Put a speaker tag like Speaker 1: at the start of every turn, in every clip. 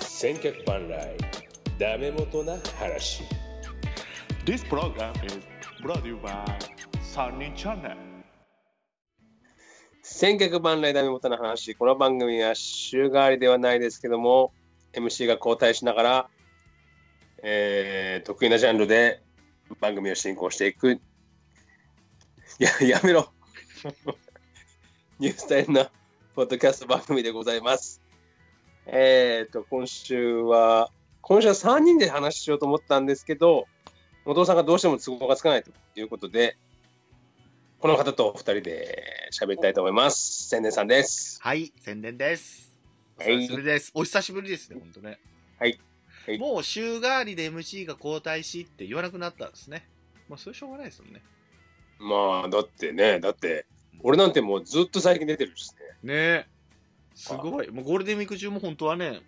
Speaker 1: 千客万来ダメ元な話
Speaker 2: This program is brought to you by Sunny Channel.
Speaker 1: 千客万来ダメ元な話この番組は週替わりではないですけども MC が交代しながら、えー得意なジャンルで番組を進行していくいややめろニュースタイルなポッドキャスト番組でございますえっ、と今週は今週は3人で話しようと思ったんですけど後藤さんがどうしても都合がつかないということでこの方とお二人で喋りたいと思います千年さんです
Speaker 3: はい、宣伝です。お
Speaker 1: はい
Speaker 3: 久しぶりです。お久しぶりですね、本当ね。
Speaker 1: はいはい
Speaker 3: もう週替わりで MC が交代しって言わなくなったんですね。まあ、それしょうがないですよね。
Speaker 1: まあだってねだって俺なんてもうずっと最近出てるしね
Speaker 3: ねえ。すごい。もうゴールデンウィーク中も本当はね、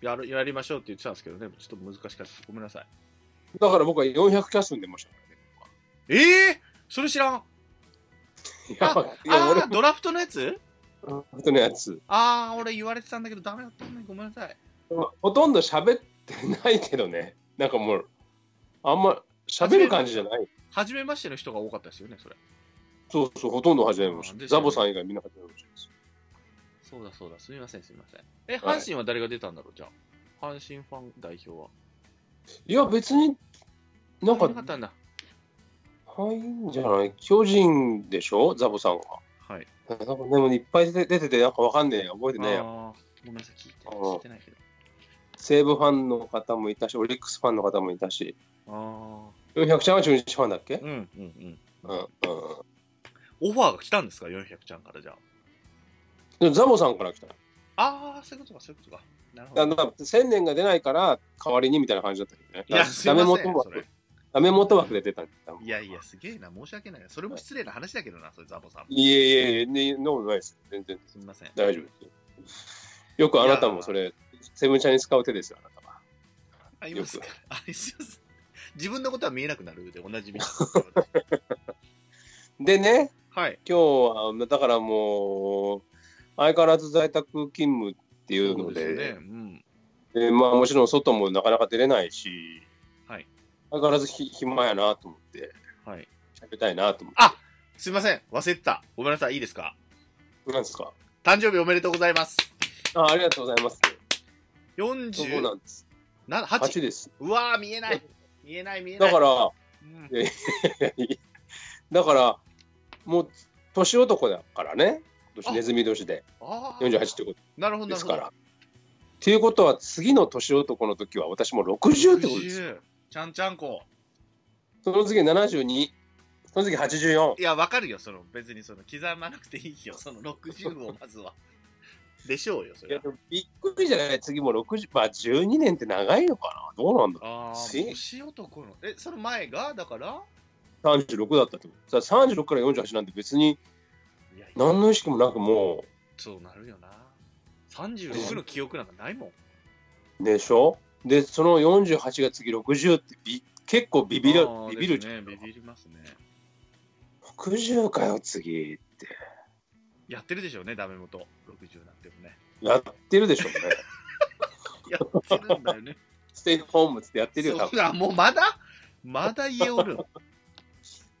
Speaker 3: やるやりましょうって言ってたんですけどね、ちょっと難しかったです。ごめんなさい。
Speaker 1: だから僕は400キャストに出ましたか
Speaker 3: ええそれ知らん。
Speaker 1: らねいやいや
Speaker 3: あ
Speaker 1: 俺
Speaker 3: ードラフトのやつ
Speaker 1: 本当のやつ
Speaker 3: ああ、俺言われてたんだけど、ダメだったんだごめんなさい。
Speaker 1: ほとんど喋ってないけどねなんかもうあんま喋る感じじゃない
Speaker 3: 初めましての人が多かったですよね、それ。
Speaker 1: そうそうほとんど始めまし
Speaker 3: あ
Speaker 1: た、
Speaker 3: ですよ
Speaker 1: ザ
Speaker 3: ね
Speaker 1: ボさん以外みんな始めました
Speaker 3: そうだそうだ、すみません、すみません。え、
Speaker 1: はい
Speaker 3: 阪神は誰が出たんだろう、じゃあ。阪神ファン代表は。
Speaker 1: いや別になんか
Speaker 3: いなかったんだ。
Speaker 1: ないんじゃない巨人でしょザボさんが
Speaker 3: はい。
Speaker 1: なんかでもいっぱい出ててなんかわかんねえや覚えてねえ
Speaker 3: あ
Speaker 1: や
Speaker 3: ーごめんなさい、聞いて
Speaker 1: あー
Speaker 3: 聞いてないけど。
Speaker 1: 西武ファンの方もいたしオリックスファンの方もいたし
Speaker 3: あ
Speaker 1: 400ちゃんは中日ファンだっけ
Speaker 3: あ。うんうんうん。
Speaker 1: うんうん
Speaker 3: オファーが来たんですか、400ちゃんからじゃ
Speaker 1: でもザボさんから来た
Speaker 3: あ。ああ、そういうことか、そういうことか。なるほ
Speaker 1: あ
Speaker 3: ど。
Speaker 1: の1000年が出ないから代わりにみたいな感じだったけどね。
Speaker 3: いや、
Speaker 1: だ
Speaker 3: すい
Speaker 1: ダメ
Speaker 3: ま
Speaker 1: 元
Speaker 3: せん、そ
Speaker 1: 枠
Speaker 3: れ。
Speaker 1: ダメ元枠で出たんだもん
Speaker 3: いやいや、すげえな、申し訳ない。それも失礼な話だけどな、それ、ザボさん。
Speaker 1: いえいえいえ、ね、そんなことないです。全然
Speaker 3: すみません。
Speaker 1: 大丈夫です。よくあなたもそれ、セブンちゃんに使う手ですよ、あなたは。
Speaker 3: あります
Speaker 1: よ
Speaker 3: か。 あります。自分のことは見えなくなるで、おな じみ。
Speaker 1: でね、
Speaker 3: はい。
Speaker 1: 今日は、だからもう、相変わらず在宅勤務っていうの
Speaker 3: そ
Speaker 1: で、
Speaker 3: うすね。うん。
Speaker 1: でまあ、もちろん外もなかなか出れないし、
Speaker 3: はい
Speaker 1: 相変わらずひ暇やなと思って、
Speaker 3: はい。
Speaker 1: 喋りたいなと思って。
Speaker 3: あすみません、忘れてた。ごめんなさい、いいですか。
Speaker 1: なんですか
Speaker 3: 誕生日おめでとうございます。
Speaker 1: あありがとうございます。そうな
Speaker 3: 48
Speaker 1: んです。8
Speaker 3: 8
Speaker 1: です。
Speaker 3: うわー見えない見えない見えない
Speaker 1: だから、
Speaker 3: うん
Speaker 1: だから、もう、年男だからね、年
Speaker 3: あ
Speaker 1: ネズミ年で、
Speaker 3: あー
Speaker 1: 48ってこ
Speaker 3: なるほ
Speaker 1: と
Speaker 3: どな
Speaker 1: で
Speaker 3: る
Speaker 1: す
Speaker 3: ほ
Speaker 1: か
Speaker 3: ど
Speaker 1: ら。っていうことは、次の年男の時は、私も60ってことですよ。
Speaker 3: 60ちゃんちゃんこ
Speaker 1: その次72、その次84。
Speaker 3: いやわかるよその別にその刻まなくていいよその60を まずはでしょうよそ
Speaker 1: いや
Speaker 3: れは
Speaker 1: でもびっくりじゃない次も60、まあ12年って長いのかなどうなんだ
Speaker 3: あ
Speaker 1: せ
Speaker 3: あ年男のえその前がだから
Speaker 1: ろう ?36 だったってこと。さ36から48なんて別に
Speaker 3: いやいや
Speaker 1: 何の意識もなくも
Speaker 3: そうなるよな36の記憶なんかないもん
Speaker 1: う、でしょで、その48が次60ってび結構ビビる
Speaker 3: あー、
Speaker 1: ビビる
Speaker 3: で
Speaker 1: じ
Speaker 3: す
Speaker 1: ゃ
Speaker 3: ね
Speaker 1: ん。
Speaker 3: ビビりますね
Speaker 1: 60かよ、次って。
Speaker 3: やってるでしょうねダメ元60なんても ね
Speaker 1: やってるでし ょうね。
Speaker 3: やってるんだよね
Speaker 1: ステイホームってやってるよ、多
Speaker 3: そう
Speaker 1: 分。
Speaker 3: だ、もうまだまだ家おるん。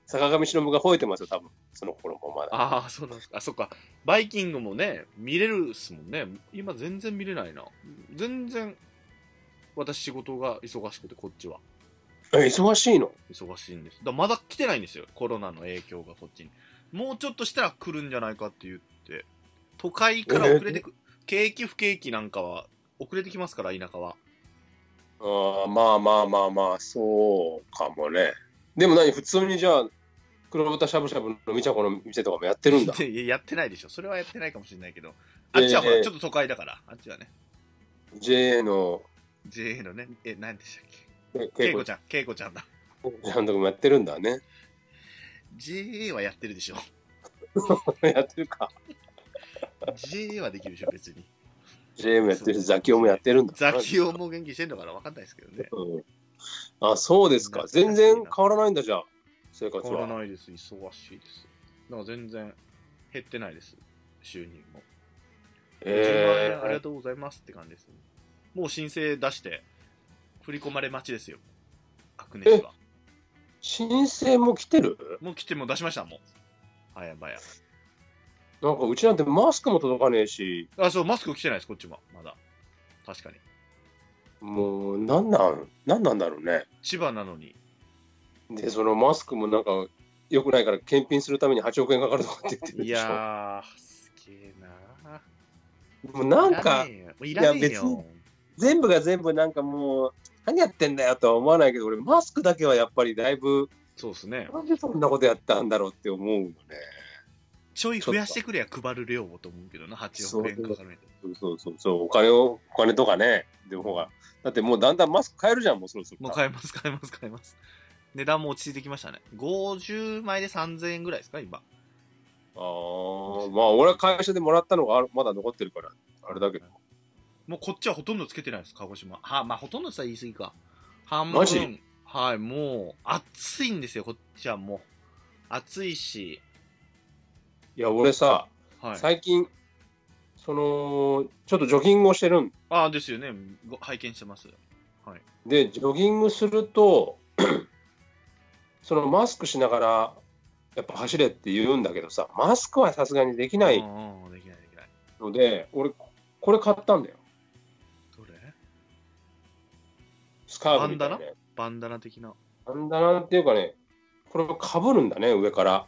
Speaker 1: 坂上忍が吠えてますよ、多分。その頃もまだ。
Speaker 3: ああ、そうなんですか。あ、そっか。バイキングもね、見れるっすもんね。今全然見れないな。全然、私仕事が忙しくて、こっちは。
Speaker 1: え、忙しいの
Speaker 3: 忙しいんです。だまだ来てないんですよ。コロナの影響がこっちに。もうちょっとしたら来るんじゃないかって言って。都会から遅れてく、景気不景気なんかは、遅れてきますから、田舎は。
Speaker 1: ああ、まあまあまあまあ、そうかもね。でも何、普通にじゃあ、黒豚しゃぶしゃぶのみちゃこの店とかもやってるんだ。
Speaker 3: いややってない でしょ。それはやってないかもしれないけど。あっちはほ
Speaker 1: え
Speaker 3: ら、
Speaker 1: え
Speaker 3: ちょっと都会だから。あっちはね。
Speaker 1: JA の
Speaker 3: JA のね、え、何でしたっけ
Speaker 1: え
Speaker 3: けい
Speaker 1: 恵
Speaker 3: こ
Speaker 1: 子
Speaker 3: ちゃん、けいこちゃんだ。
Speaker 1: ちゃんとかもやってるんだね。
Speaker 3: JA はやってるでしょ。
Speaker 1: やってるか。
Speaker 3: JA はできるでしょ、別に。
Speaker 1: JA もやってるし、ザキオもやってるんだ。
Speaker 3: ザキオも元気してんのかな、わかんないですけどね。
Speaker 1: うん。あ、そうですか。全然変わらないんだ、じゃあ、生活
Speaker 3: 変わら
Speaker 1: は。
Speaker 3: ないです、忙しいです。なんか全然減ってないです、収入も。
Speaker 1: え
Speaker 3: 10万円あり
Speaker 1: ー
Speaker 3: がとうございますって感じです、ね。もう申請出して、振り込まれ待ちですよ。アクネスが。
Speaker 1: 申請も来てる
Speaker 3: もう来てもう出しました、もう。早々。
Speaker 1: なんかうちなんてマスクも届かねえし、
Speaker 3: あ、そう、マスク着てないです、こっちも。まだ。確かに。
Speaker 1: もう、なんなん、なんなんだろうね。
Speaker 3: 千葉なのに。
Speaker 1: で、そのマスクもなんか、良くないから検品するために8億円かかるとかって言ってる
Speaker 3: い
Speaker 1: でしょ。
Speaker 3: やー、すげえな
Speaker 1: もうなん
Speaker 3: いら
Speaker 1: か
Speaker 3: ね、えよ、もういらねえ
Speaker 1: いや別
Speaker 3: よ
Speaker 1: に。全部が全部なんかもう、何やってんだよとは思わないけど、俺、マスクだけはやっぱりだいぶ、
Speaker 3: そうですね。
Speaker 1: なんでそんなことやったんだろうって思うのね。
Speaker 3: ちょい増やしてくれや配る量をと思うけどな、8億円かかるんやったら
Speaker 1: そうそうそうそう、お金を、お金とかね、でもが、だってもうだんだんマスク買えるじゃん、もうそろそろ。
Speaker 3: もう買えます、買えます、買えます。値段も落ち着いてきましたね。50枚で3000円ぐらいですか、今。
Speaker 1: あーまあ、俺は会社でもらったのがあるまだ残ってるから、あれだけど。
Speaker 3: もうこっちはほとんどつけてないです、鹿児島。はまあ、ほとんどさ言い過ぎか。半
Speaker 1: マジ
Speaker 3: 分。はい、もう、暑いんですよ、こっちはもう。暑いし、
Speaker 1: いや、俺さ、
Speaker 3: はい。
Speaker 1: 最近、その、ちょっとジョギングをしてるん
Speaker 3: ああ、ですよね。ご拝見してます。
Speaker 1: で、ジョギングすると、そのマスクしながら、やっぱ走れって言うんだけどさ、マスクはさすがにできな
Speaker 3: う
Speaker 1: い
Speaker 3: んうん、できない、できない。
Speaker 1: ので、俺、これ買ったんだよ。
Speaker 3: どれ
Speaker 1: スカーフみたいな、
Speaker 3: バ
Speaker 1: ね。
Speaker 3: バンダナ的な。
Speaker 1: バンダナっていうかね、これをかぶるんだね、上から。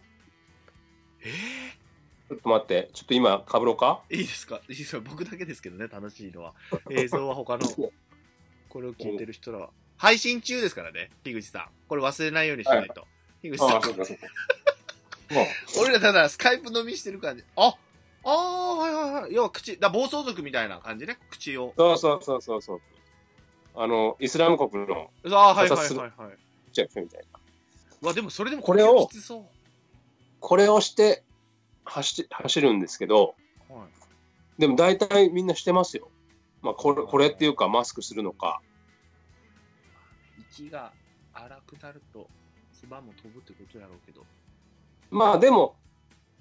Speaker 3: え
Speaker 1: ちょっと待って、ちょっと今、かぶろうか。
Speaker 3: えいいですかいいですか僕だけですけどね、楽し いのは。映像は他の、これを聞いてる人らは。配信中ですからね、樋口さん。これ忘れないようにしないと。樋口
Speaker 1: あ
Speaker 3: さ
Speaker 1: あ、そうか、
Speaker 3: ん、
Speaker 1: そうか。まあ
Speaker 3: 俺らただスカイプ飲みしてる感じ。あああ、はいはいはい。要は口、だ暴走族みたいな感じね、口を。
Speaker 1: そうそうそうそうそう。あの、イスラム国の
Speaker 3: ああ、はい
Speaker 1: 摩擦
Speaker 3: はい
Speaker 1: する
Speaker 3: はいはい。
Speaker 1: ジャックみたいな。
Speaker 3: わ、でもそれでも
Speaker 1: これを
Speaker 3: きつそ
Speaker 1: これをして走走るんですけど、
Speaker 3: う。はい。
Speaker 1: でも大体みんなしてますよ。まあ、これこれっていうか、マスクするのか。
Speaker 3: 息が荒くなると、唾も飛ぶってことやろうけど。
Speaker 1: まあでも、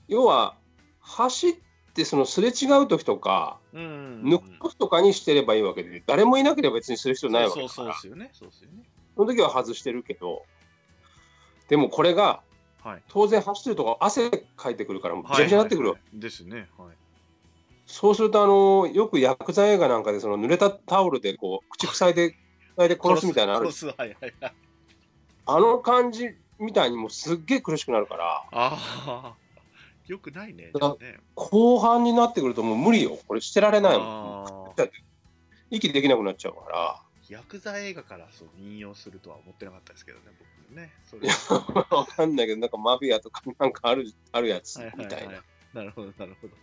Speaker 1: 要は、走ってそのすれ違う時とか、
Speaker 3: うん
Speaker 1: 抜く時とかにしてればいいわけで、誰もいなければ別にする必要ないわけ
Speaker 3: そ
Speaker 1: だ
Speaker 3: う
Speaker 1: か
Speaker 3: そう
Speaker 1: ら、
Speaker 3: ですよね。そうですよね。
Speaker 1: その時は外してるけど、でもこれが、
Speaker 3: はい。
Speaker 1: 当然走ってるとか汗かいてくるから、もうびちゃびちゃになってくるわけ
Speaker 3: はいはいはいですね。はい。
Speaker 1: そうすると、あのよく薬剤映画なんかで、その濡れたタオルでこう口塞いで、塞いで殺すみたいなのある
Speaker 3: 殺す、はいはいはい。
Speaker 1: あの感じみたいに、もうすっげえ苦しくなるから、
Speaker 3: ああ。よくないね。
Speaker 1: だ
Speaker 3: でもね
Speaker 1: 後半になってくると、もう無理よ、これ、してられないもん、
Speaker 3: あ
Speaker 1: だ
Speaker 3: あ
Speaker 1: っ。て息できなくなっちゃうか
Speaker 3: 薬剤映画からそう引用するとは思ってなかったですけどね、僕もね。そ
Speaker 1: い
Speaker 3: れ
Speaker 1: やら、 わかんないけど、なんかマフィアとかなんかあるあるやつみたいな、
Speaker 3: はははなるほど、なるほど。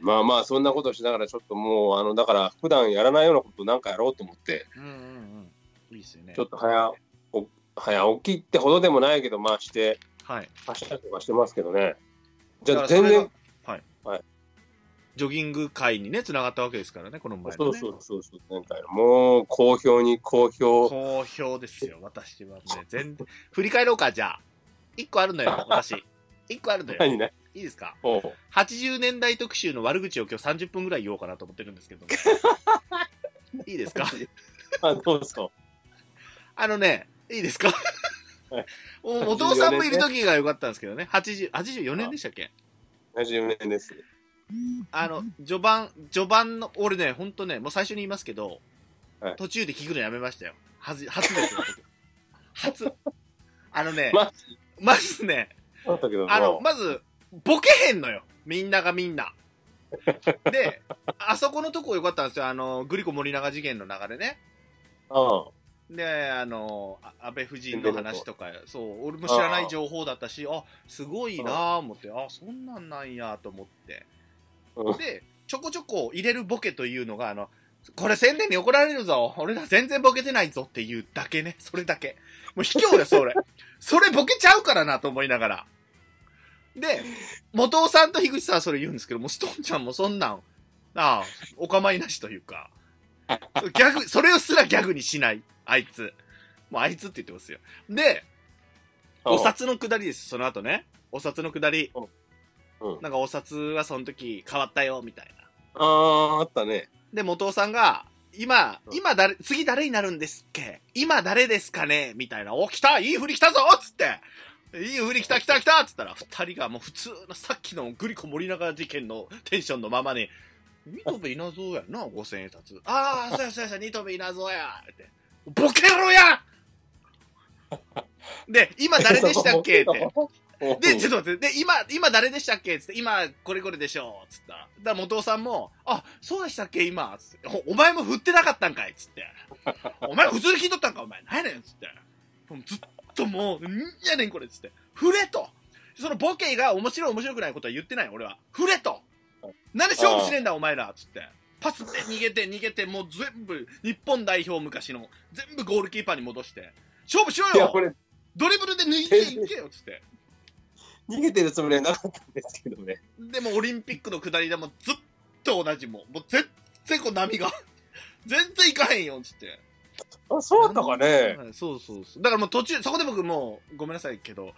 Speaker 1: まあまあ、そんなことしながら、ちょっともう、あのだから、普段やらないようなことなんかやろうと思って、
Speaker 3: うんうんうん。いいですよね。
Speaker 1: ちょっと早お早起きってほどでもないけど、まあして、
Speaker 3: はい。
Speaker 1: 走ったりとかしてますけどね。じ
Speaker 3: だ
Speaker 1: ゃ
Speaker 3: か
Speaker 1: あ、
Speaker 3: らそれ
Speaker 1: 全
Speaker 3: が
Speaker 1: 然。
Speaker 3: はい。
Speaker 1: はい。
Speaker 3: ジョギング会にね、つながったわけですからね、この前の、ね。
Speaker 1: そうそうそうそう、前回の。もう、好評に好評。
Speaker 3: 好評ですよ、私はね。全然。振り返ろうか、じゃあ。一個ある のよ、私。一個あるのよ。い
Speaker 1: 何ね。
Speaker 3: いですか
Speaker 1: おう
Speaker 3: 80年代特集の悪口を今日30分ぐらい言おうかなと思ってるんです けどもいいですか
Speaker 1: あ、どうぞ。
Speaker 3: あのね、いいですか
Speaker 1: はい
Speaker 3: おお父さんもいる時が良かったんですけどね、80 84年でしたっけ
Speaker 1: 70年です。
Speaker 3: あの、序盤、序盤の、俺ね、ほんとね、もう最初に言いますけど、
Speaker 1: はい
Speaker 3: 途中で聞くのやめましたよ。はず初ですよ、僕初。あのね、
Speaker 1: ま
Speaker 3: まずね、
Speaker 1: あったけども。
Speaker 3: あの、まず、ボケへんのよ。みんながみんな。で、あそこのとこ良かったんですよ。あの、グリコ森永事件の中でね。
Speaker 1: あ
Speaker 3: で、あの、あ安倍夫人の話とか、そう、俺も知らない情報だったし、あ、すごいなぁ思って、あ、そんなんなんやと思って
Speaker 1: うん。
Speaker 3: で、ちょこちょこ入れるボケというのが、あの、これ宣伝に怒られるぞ俺ら全然ボケてないぞっていうだけね。それだけ。もう卑怯だよ、それ。それボケちゃうからなと思いながら。で、元尾さんと樋口さんはそれ言うんですけど、もうストーンちゃんもそんなん、ああ、お構いなしというか、ギャグ、それをすらギャグにしない、あいつ。もうあいつって言ってますよ。で、
Speaker 1: あ。
Speaker 3: お札のくだりです、その後ね。お札のくだり。
Speaker 1: うん
Speaker 3: なんかお札はその時変わったよ、みたいな。
Speaker 1: ああ、あったね。
Speaker 3: で、元尾さんが、今
Speaker 1: う、ん
Speaker 3: 今誰、次誰になるんですっけ今誰ですかねみたいな、お、来たいい振り来たぞつっていい振り来た来た来たつったら、二人がもう普通のさっきのグリコ森永事件のテンションのままに、ニトベ稲造やな、五千円札。ああ、そうやそうやそうや、ニトベ稲造やって。ボケろやで、今誰でしたっけって。で、ちょっと待って、で、今、今誰でしたっけつって、今、これこれでしょうつったら。だから元尾さんも、あ、そうでしたっけ今つってお、お前も振ってなかったんかいつって。 お前普通に聞いとったんかお前。何やねんつって。もうずっともう、んやねんこれつって。振れとそのボケが面白い面白くないことは言ってない俺は。振れとなんで勝負しねえんだお前らつって。パスで逃げて逃げて、もう全部、日本代表昔の、全部ゴールキーパーに戻して。勝負しろ
Speaker 1: いや、こ
Speaker 3: よ
Speaker 1: れ、
Speaker 3: ドリブルで抜いていけよつって。
Speaker 1: 逃げてるつもりはなかったんですけどね。
Speaker 3: でもオリンピックの下りでもずっと同じもん。もう全然こう波が。 全然行かへんよ、つって。
Speaker 1: あ、そうだったかね。
Speaker 3: はいそうそうそう。だからもう途中、そこで僕もう、ごめんなさいけど、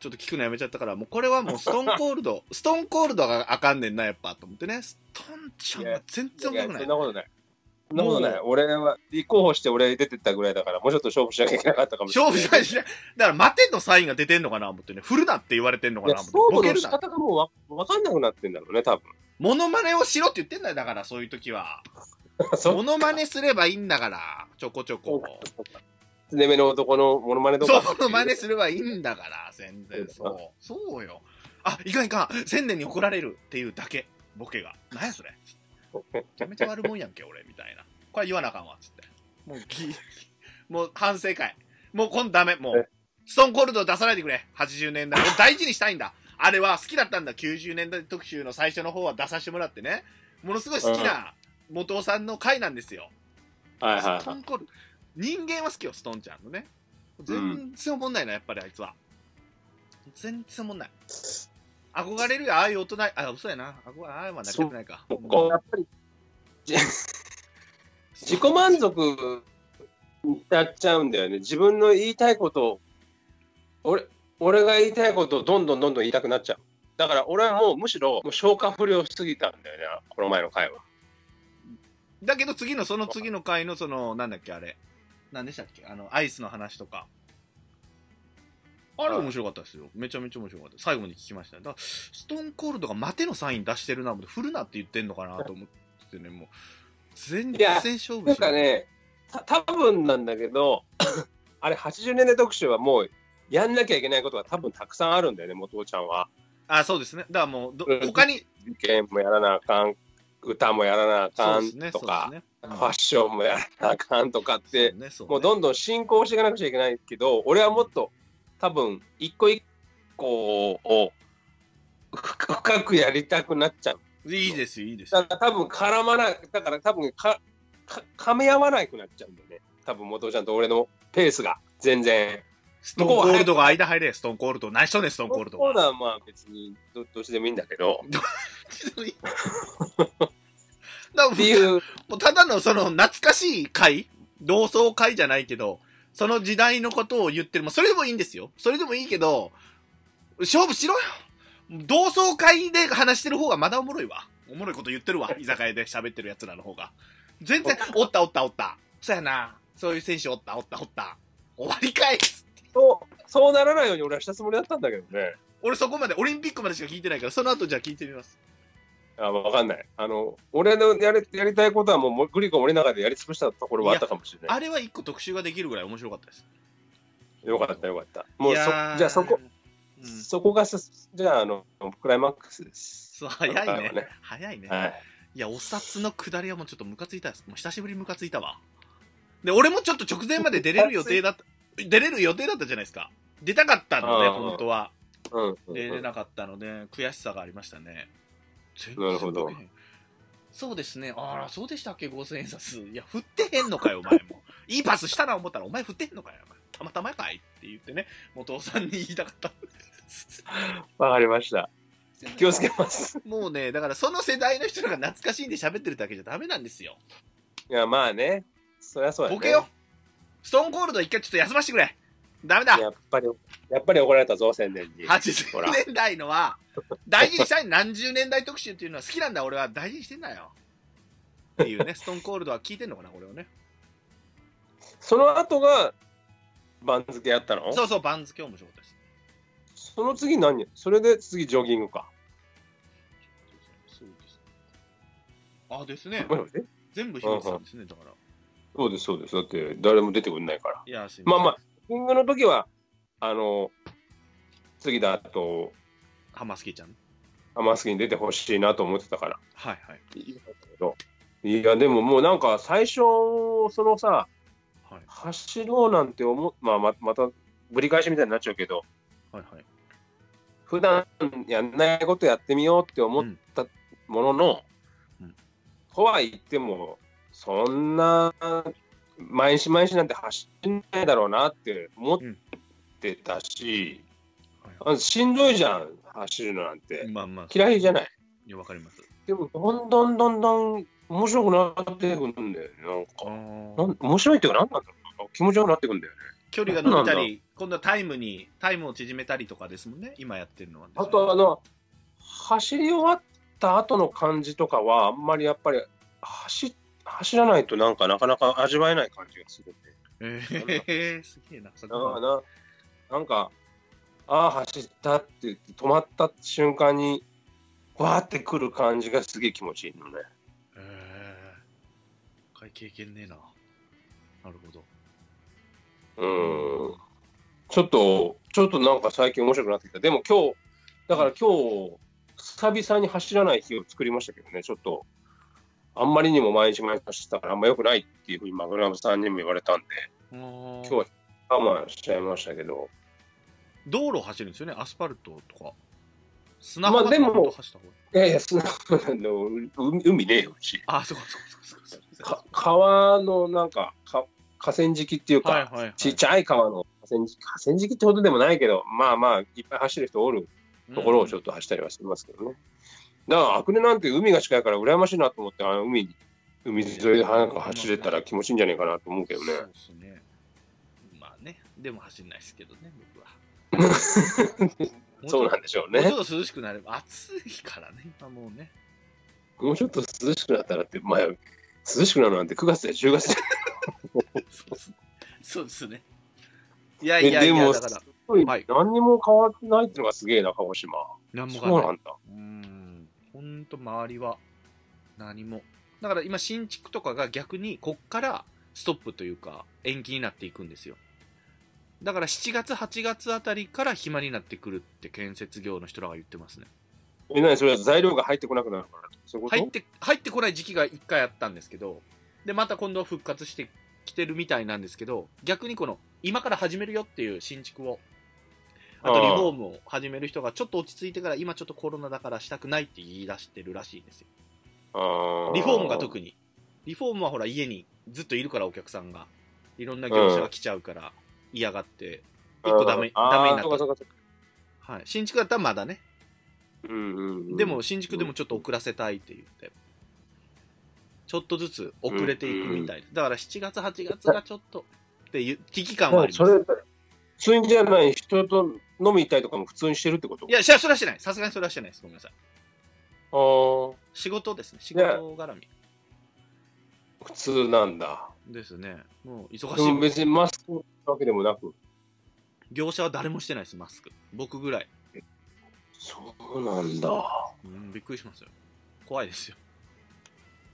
Speaker 3: ちょっと聞くのやめちゃったから、もうこれはもうストーンコールド、 ストーンコールドがあかんねんな、やっぱ、と思ってね。ストンちゃんは全然
Speaker 1: い
Speaker 3: 面
Speaker 1: や、そんな
Speaker 3: 白くない。
Speaker 1: ことない。そんなことない。俺は、立候補して俺出てったぐらいだから、もうちょっと勝負しなきゃいけなかったかもしれな
Speaker 3: 勝
Speaker 1: い。
Speaker 3: 負しないしない。だから待てのサインが出てんのかな、思ってね。振るなって言われてんのか
Speaker 1: いや
Speaker 3: な、思って。
Speaker 1: 勝
Speaker 3: ボ
Speaker 1: 負
Speaker 3: ケ
Speaker 1: の
Speaker 3: る
Speaker 1: 仕
Speaker 3: な。
Speaker 1: 方がもうわ分かんなくなってんだろうね、多分。
Speaker 3: モノマネをしろって言ってんだよ、だから、そういう時は。
Speaker 1: そう
Speaker 3: モノマネすればいいんだから、ちょこちょこ。
Speaker 1: つねめの男のモノマネと
Speaker 3: そ
Speaker 1: か。
Speaker 3: う、の真似すればいいんだから、全然そう。そうよ。あ、いかんいかん、千年に怒られるっていうだけ、ボケが。なんやそれ。めちゃめちゃ悪もんやんけ、俺、みたいな。これは言わなあかんわ、つって。もう、ぎ、もう反省会。もう今度ダメ、もう
Speaker 1: え。
Speaker 3: ストーンコールド出さないでくれ、80年代。俺大事にしたいんだ。あれは好きだったんだ、90年代特集の最初の方は出させてもらってね。ものすごい好きな元尾さんの回なんですよ。
Speaker 1: はいはい
Speaker 3: スト
Speaker 1: は
Speaker 3: ンコール人間は好きよストンちゃんのね全然おもんないなやっぱりあいつは全然おもんない憧れるよああいう大人あ嘘やな憧れああいうはなきゃないか
Speaker 1: い。こうやっぱり自己満足になっちゃうんだよね。自分の言いたいことを、俺、俺が言いたいことをどんどんどんどん言いたくなっちゃう。だから俺はもうむしろもう消化不良すぎたんだよね、この前の回は。
Speaker 3: だけど次のその次の回のそのなんだっけあれ何でしたっけあのアイスの話とかあれ面白かったですよめちゃめちゃ面白かった最後に聞きましたねだからストーンコールドが待てのサイン出してるな思って振るなって言ってんのかなと思ってねもう全然勝負
Speaker 1: なん
Speaker 3: しな
Speaker 1: か
Speaker 3: い
Speaker 1: ね、た多分なんだけど、 あれ80年代特集はもうやんなきゃいけないことが多分たくさんあるんだよね、元ちゃんは。
Speaker 3: あ、そうですね。だからもうど
Speaker 1: うん、
Speaker 3: 他に、
Speaker 1: ゲームもやらなあかん、歌もやらなあ
Speaker 3: そ
Speaker 1: か
Speaker 3: うで
Speaker 1: ん
Speaker 3: すね、
Speaker 1: と
Speaker 3: そう
Speaker 1: か、
Speaker 3: ですね。
Speaker 1: ファッションもやらなあかんとかって、
Speaker 3: うん、そうね
Speaker 1: もうどんどん進行していかなくちゃいけないけど、俺はもっと多分一個一個を深深くやりたくなっちゃう。
Speaker 3: そうねいいですよ、いいですよ。
Speaker 1: だから多分絡まない、だから多分かか噛み合わなくなっちゃうんだよね。多分元ちゃんと俺のペースが全然。
Speaker 3: ストーンコールドが間入れ、ストーンコールド。何しとんねん、ストーンコールド
Speaker 1: そう
Speaker 3: は。
Speaker 1: だまあ別にどどっちでもいいんだけど。
Speaker 3: だっ
Speaker 1: っていう、
Speaker 3: もうただのその懐かしい回同窓会じゃないけど、その時代のことを言ってる。まあ、それでもいいんですよ。それでもいいけど、勝負しろよ同窓会で話してる方がまだおもろいわ。おもろいこと言ってるわ。居酒屋で喋ってる奴らの方が。全然、おったおったおった。そうやな。そういう選手おったおったおった。終わりかい
Speaker 1: そうそうならないように俺はしたつもりだったんだけどね。
Speaker 3: 俺そこまで、オリンピックまでしか聞いてないから、その後じゃあ聞いてみます。
Speaker 1: あわかんない。あの、俺のやりやりたいことはもうもうグリコ森の中でやり尽くしたところはあったかもしれない。
Speaker 3: あれは一個特集ができるぐらい面白かったです。
Speaker 1: よかったよかった。もう
Speaker 3: い
Speaker 1: そ
Speaker 3: や
Speaker 1: じゃ
Speaker 3: ー
Speaker 1: あそこ、、
Speaker 3: うん、
Speaker 1: そこがすじゃああのクライマックスです。
Speaker 3: そう早
Speaker 1: 今
Speaker 3: い
Speaker 1: 回
Speaker 3: ね
Speaker 1: はね
Speaker 3: 早いね、
Speaker 1: はい。
Speaker 3: いや、お札の下りはもうちょっとムカついたです。もう久しぶりにムカついたわ。で、俺もちょっと直前まで出れる予定だった、出れる予定だったじゃないですか。出たかったので、
Speaker 1: あー
Speaker 3: 本当は。
Speaker 1: うんうんうん
Speaker 3: 出れなかったので、悔しさがありましたね。全
Speaker 1: なるほど
Speaker 3: ボケへん。そうですね。あら、そうでしたっけ、5000円札。いや、振ってへんのかよ、お前も。いいパスしたな思ったら、お前振ってへんのかよ。たまたまかいって言ってね、元尾さんに言いたかった。
Speaker 1: わかりました。気をつけます。
Speaker 3: もうね、だからその世代の人が懐かしいんで喋ってるだけじゃダメなんですよ。
Speaker 1: いやまあね、そりゃそうだね。
Speaker 3: ボケよストーンコールド一回ちょっと休ませてくれダメだ
Speaker 1: やっぱりやっぱり怒られたぞ宣伝に。ほら
Speaker 3: 80年代のは大事にしたい何十年代特集っていうのは好きなんだ俺は大事にしてんだよっていう ね、ストーンコールドは聞いてんのかな、これをね。
Speaker 1: その後が番付やったの
Speaker 3: そ
Speaker 1: そう
Speaker 3: そう、番付面白かったです。
Speaker 1: の次何それで次ジョギングか。
Speaker 3: そうです。あ、ですね。
Speaker 1: もしもし
Speaker 3: 全部ひろさんですね、だから。
Speaker 1: そうです、そうです。だって誰も出てくんないから。
Speaker 3: いや、すい
Speaker 1: まあまあ、
Speaker 3: あ
Speaker 1: ジョギングの時は、あの、次だと、。
Speaker 3: 浜助ちゃん。
Speaker 1: アマスキに出てほしいなと思ってたから。
Speaker 3: はいはい。
Speaker 1: いや、でももうなんか最初、そのさ、
Speaker 3: はい
Speaker 1: 走ろうなんて思う、まあま、またぶり返しみたいになっちゃうけど、
Speaker 3: はいはい。
Speaker 1: 普段やんないことやってみようって思ったものの、
Speaker 3: うん
Speaker 1: とは言っても、そんな、毎日毎日なんて走んないだろうなって思ってたし、あしんどいじゃん、走るのなんて。
Speaker 3: まあまあ、
Speaker 1: 嫌いじゃない。
Speaker 3: いやわかります。
Speaker 1: でも、どんどんどんどん面白くなってくるんだよね、なんか。な
Speaker 3: あ
Speaker 1: ん面白いっていうか、なんなんだろうな。気持ちよくなってくるんだよね。
Speaker 3: 距離が伸びたり、今度はタイムに、タイムを縮めたりとかですもんね、今やってるのは、
Speaker 1: あと、あの、走り終わった後の感じとかは、あんまりやっぱり走、走らないとなんかなかなか味わえない感じがするんで。
Speaker 3: えー、すげえな、そこ
Speaker 1: な
Speaker 3: は
Speaker 1: ななんか、ああ、走ったって言って、止まった瞬間に、わーってくる感じがすげえ気持ちいいのね。
Speaker 3: えー、一回経験ねえな。なるほど。
Speaker 1: うん。ちょっと、ちょっとなんか最近面白くなってきた。でも今日、だから今日、久々に走らない日を作りましたけどね、ちょっと、あんまりにも毎日毎日走ったからあんま良くないっていうふうにマグラムさんにも言われたんで、
Speaker 3: 今
Speaker 1: 日は我慢しちゃいましたけど、
Speaker 3: 道路走るんですよね、アスファルトとか。砂
Speaker 1: まあ
Speaker 3: 浜とか
Speaker 1: でも
Speaker 3: 本当走った方が
Speaker 1: いやいや、砂浜の 海海ねえよ、うち。
Speaker 3: あ、そうかそうかそうかそう
Speaker 1: か
Speaker 3: か。
Speaker 1: 川のなんかか、河川敷っていうか、
Speaker 3: はいはいはい。
Speaker 1: ちっちゃい川の河川敷、河川敷ってほどでもないけど、まあまあ、いっぱい走る人おる
Speaker 3: ゃ
Speaker 1: ところをちょっと走ったりはしてますけどね。だから、アクネなんて海が近いから羨ましいなと思って、あの海に、海沿いでなんか走れたら気持ちいいんじゃないかなと思うけどね
Speaker 3: そう。ですね。まあね、でも走んないですけどね、僕は。
Speaker 1: そうなん
Speaker 3: で
Speaker 1: でしょう
Speaker 3: もう
Speaker 1: ね
Speaker 3: ち。ょっと涼しくなれば、暑いからね、今もうね。
Speaker 1: もうちょっと涼しくなったらって、まあ、涼しくなるなんて9月や10月じゃ
Speaker 3: そうですね。そうですね。いや
Speaker 1: ないい
Speaker 3: やい
Speaker 1: で
Speaker 3: や、
Speaker 1: も、
Speaker 3: だから
Speaker 1: す、ごい
Speaker 3: はい
Speaker 1: 何にも変わってないっていうのがすげえな、鹿児島。
Speaker 3: なんも
Speaker 1: そ
Speaker 3: 変
Speaker 1: う
Speaker 3: わ
Speaker 1: ん
Speaker 3: ない
Speaker 1: な。んだ。
Speaker 3: うーん、ほんと周りは何も。だから今、新築とかが逆に、こっからストップというか、延期になっていくんですよ。だから7月、8月あたりから暇になってくるって建設業の人らが言ってますね。
Speaker 1: え、なにそれは材料が入ってこなくなるからってそういうこと、
Speaker 3: 入って、入ってこない時期が一回あったんですけど、で、また今度は復活してきてるみたいなんですけど、逆にこの、今から始めるよっていう新築を、あとリフォームを始める人がちょっと落ち着いてから、今ちょっとコロナだからしたくないって言い出してるらしいんですよ。
Speaker 1: あ
Speaker 3: リフォームが特に。リフォームはほら家にずっといるからお客さんが。いろんな業者が来ちゃうから嫌がって、一個ダメ、
Speaker 1: あー
Speaker 3: ダメに
Speaker 1: あー
Speaker 3: な
Speaker 1: そうか
Speaker 3: っ
Speaker 1: そうかそ
Speaker 3: た。
Speaker 1: うか
Speaker 3: はい。新築だったらまだね。
Speaker 1: うんうんうん
Speaker 3: でも新築でもちょっと遅らせたいって言って。ちょっとずつ遅れていくみたい。だから7月、8月がちょっとっていう危機感はあり
Speaker 1: そ
Speaker 3: ま
Speaker 1: れ
Speaker 3: す。
Speaker 1: 普通にじゃない人と飲み行ったりとかも普通にしてるってこと
Speaker 3: いや、しゃそれはしてない。さすがにそれはしてないです。ごめんなさい。
Speaker 1: あー
Speaker 3: 仕事ですね。仕事絡み
Speaker 1: 普通なんだ
Speaker 3: ですね。もう忙し
Speaker 1: で
Speaker 3: い
Speaker 1: も
Speaker 3: もん。
Speaker 1: 別にマスクわけでもなく
Speaker 3: 業者は誰もしてないです、マスク。僕ぐらい。
Speaker 1: そうなんだ
Speaker 3: うん、びっくりしますよ。怖いですよ。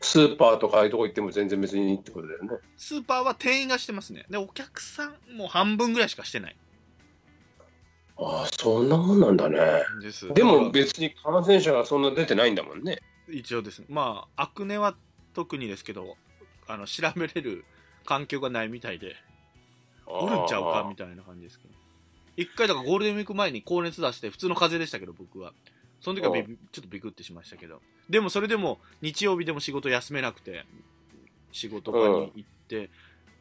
Speaker 1: スーパーとかああいうとこ行っても全然別にいいってことだよね
Speaker 3: スーパーは店員がしてますね。で、お客さんも半分ぐらいしかしてない。
Speaker 1: ああそんなもんなんだね
Speaker 3: です
Speaker 1: でも別に感染者がそんな出てないんだもんね
Speaker 3: 一応ですね。まあ、アクネは特にですけど、あの、調べれる環境がないみたいで、おるんちゃうかみたいな感じですけど。一回だからゴールデンウィーク前に高熱出して、普通の風邪でしたけど、僕は。その時はび
Speaker 1: あ
Speaker 3: ちょっとビクってしましたけど。でもそれでも、日曜日でも仕事休めなくて、仕事場に行って、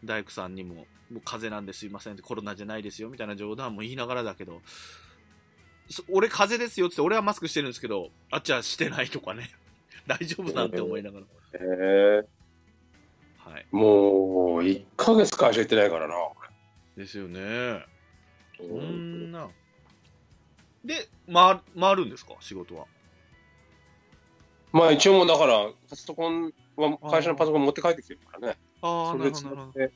Speaker 3: 大工さんにも、もう風邪なんですいませんって、コロナじゃないですよ、みたいな冗談も言いながらだけど、そ俺風邪ですよってって、俺はマスクしてるんですけど、あっちはしてないとかね。 大丈夫なんて思いながら。
Speaker 1: へえ
Speaker 3: はい。
Speaker 1: もう1ヶ月会社行ってないからな
Speaker 3: ですよね。こんな。で、回回るんですか仕事は。
Speaker 1: まあ一応もうだからパソコンまあ、会社のパソコン持って帰ってきてるからね。
Speaker 3: ああ、
Speaker 1: そ
Speaker 3: な
Speaker 1: れ
Speaker 3: る
Speaker 1: で
Speaker 3: ほど
Speaker 1: 使
Speaker 3: なるほ
Speaker 1: っ
Speaker 3: ど。
Speaker 1: て、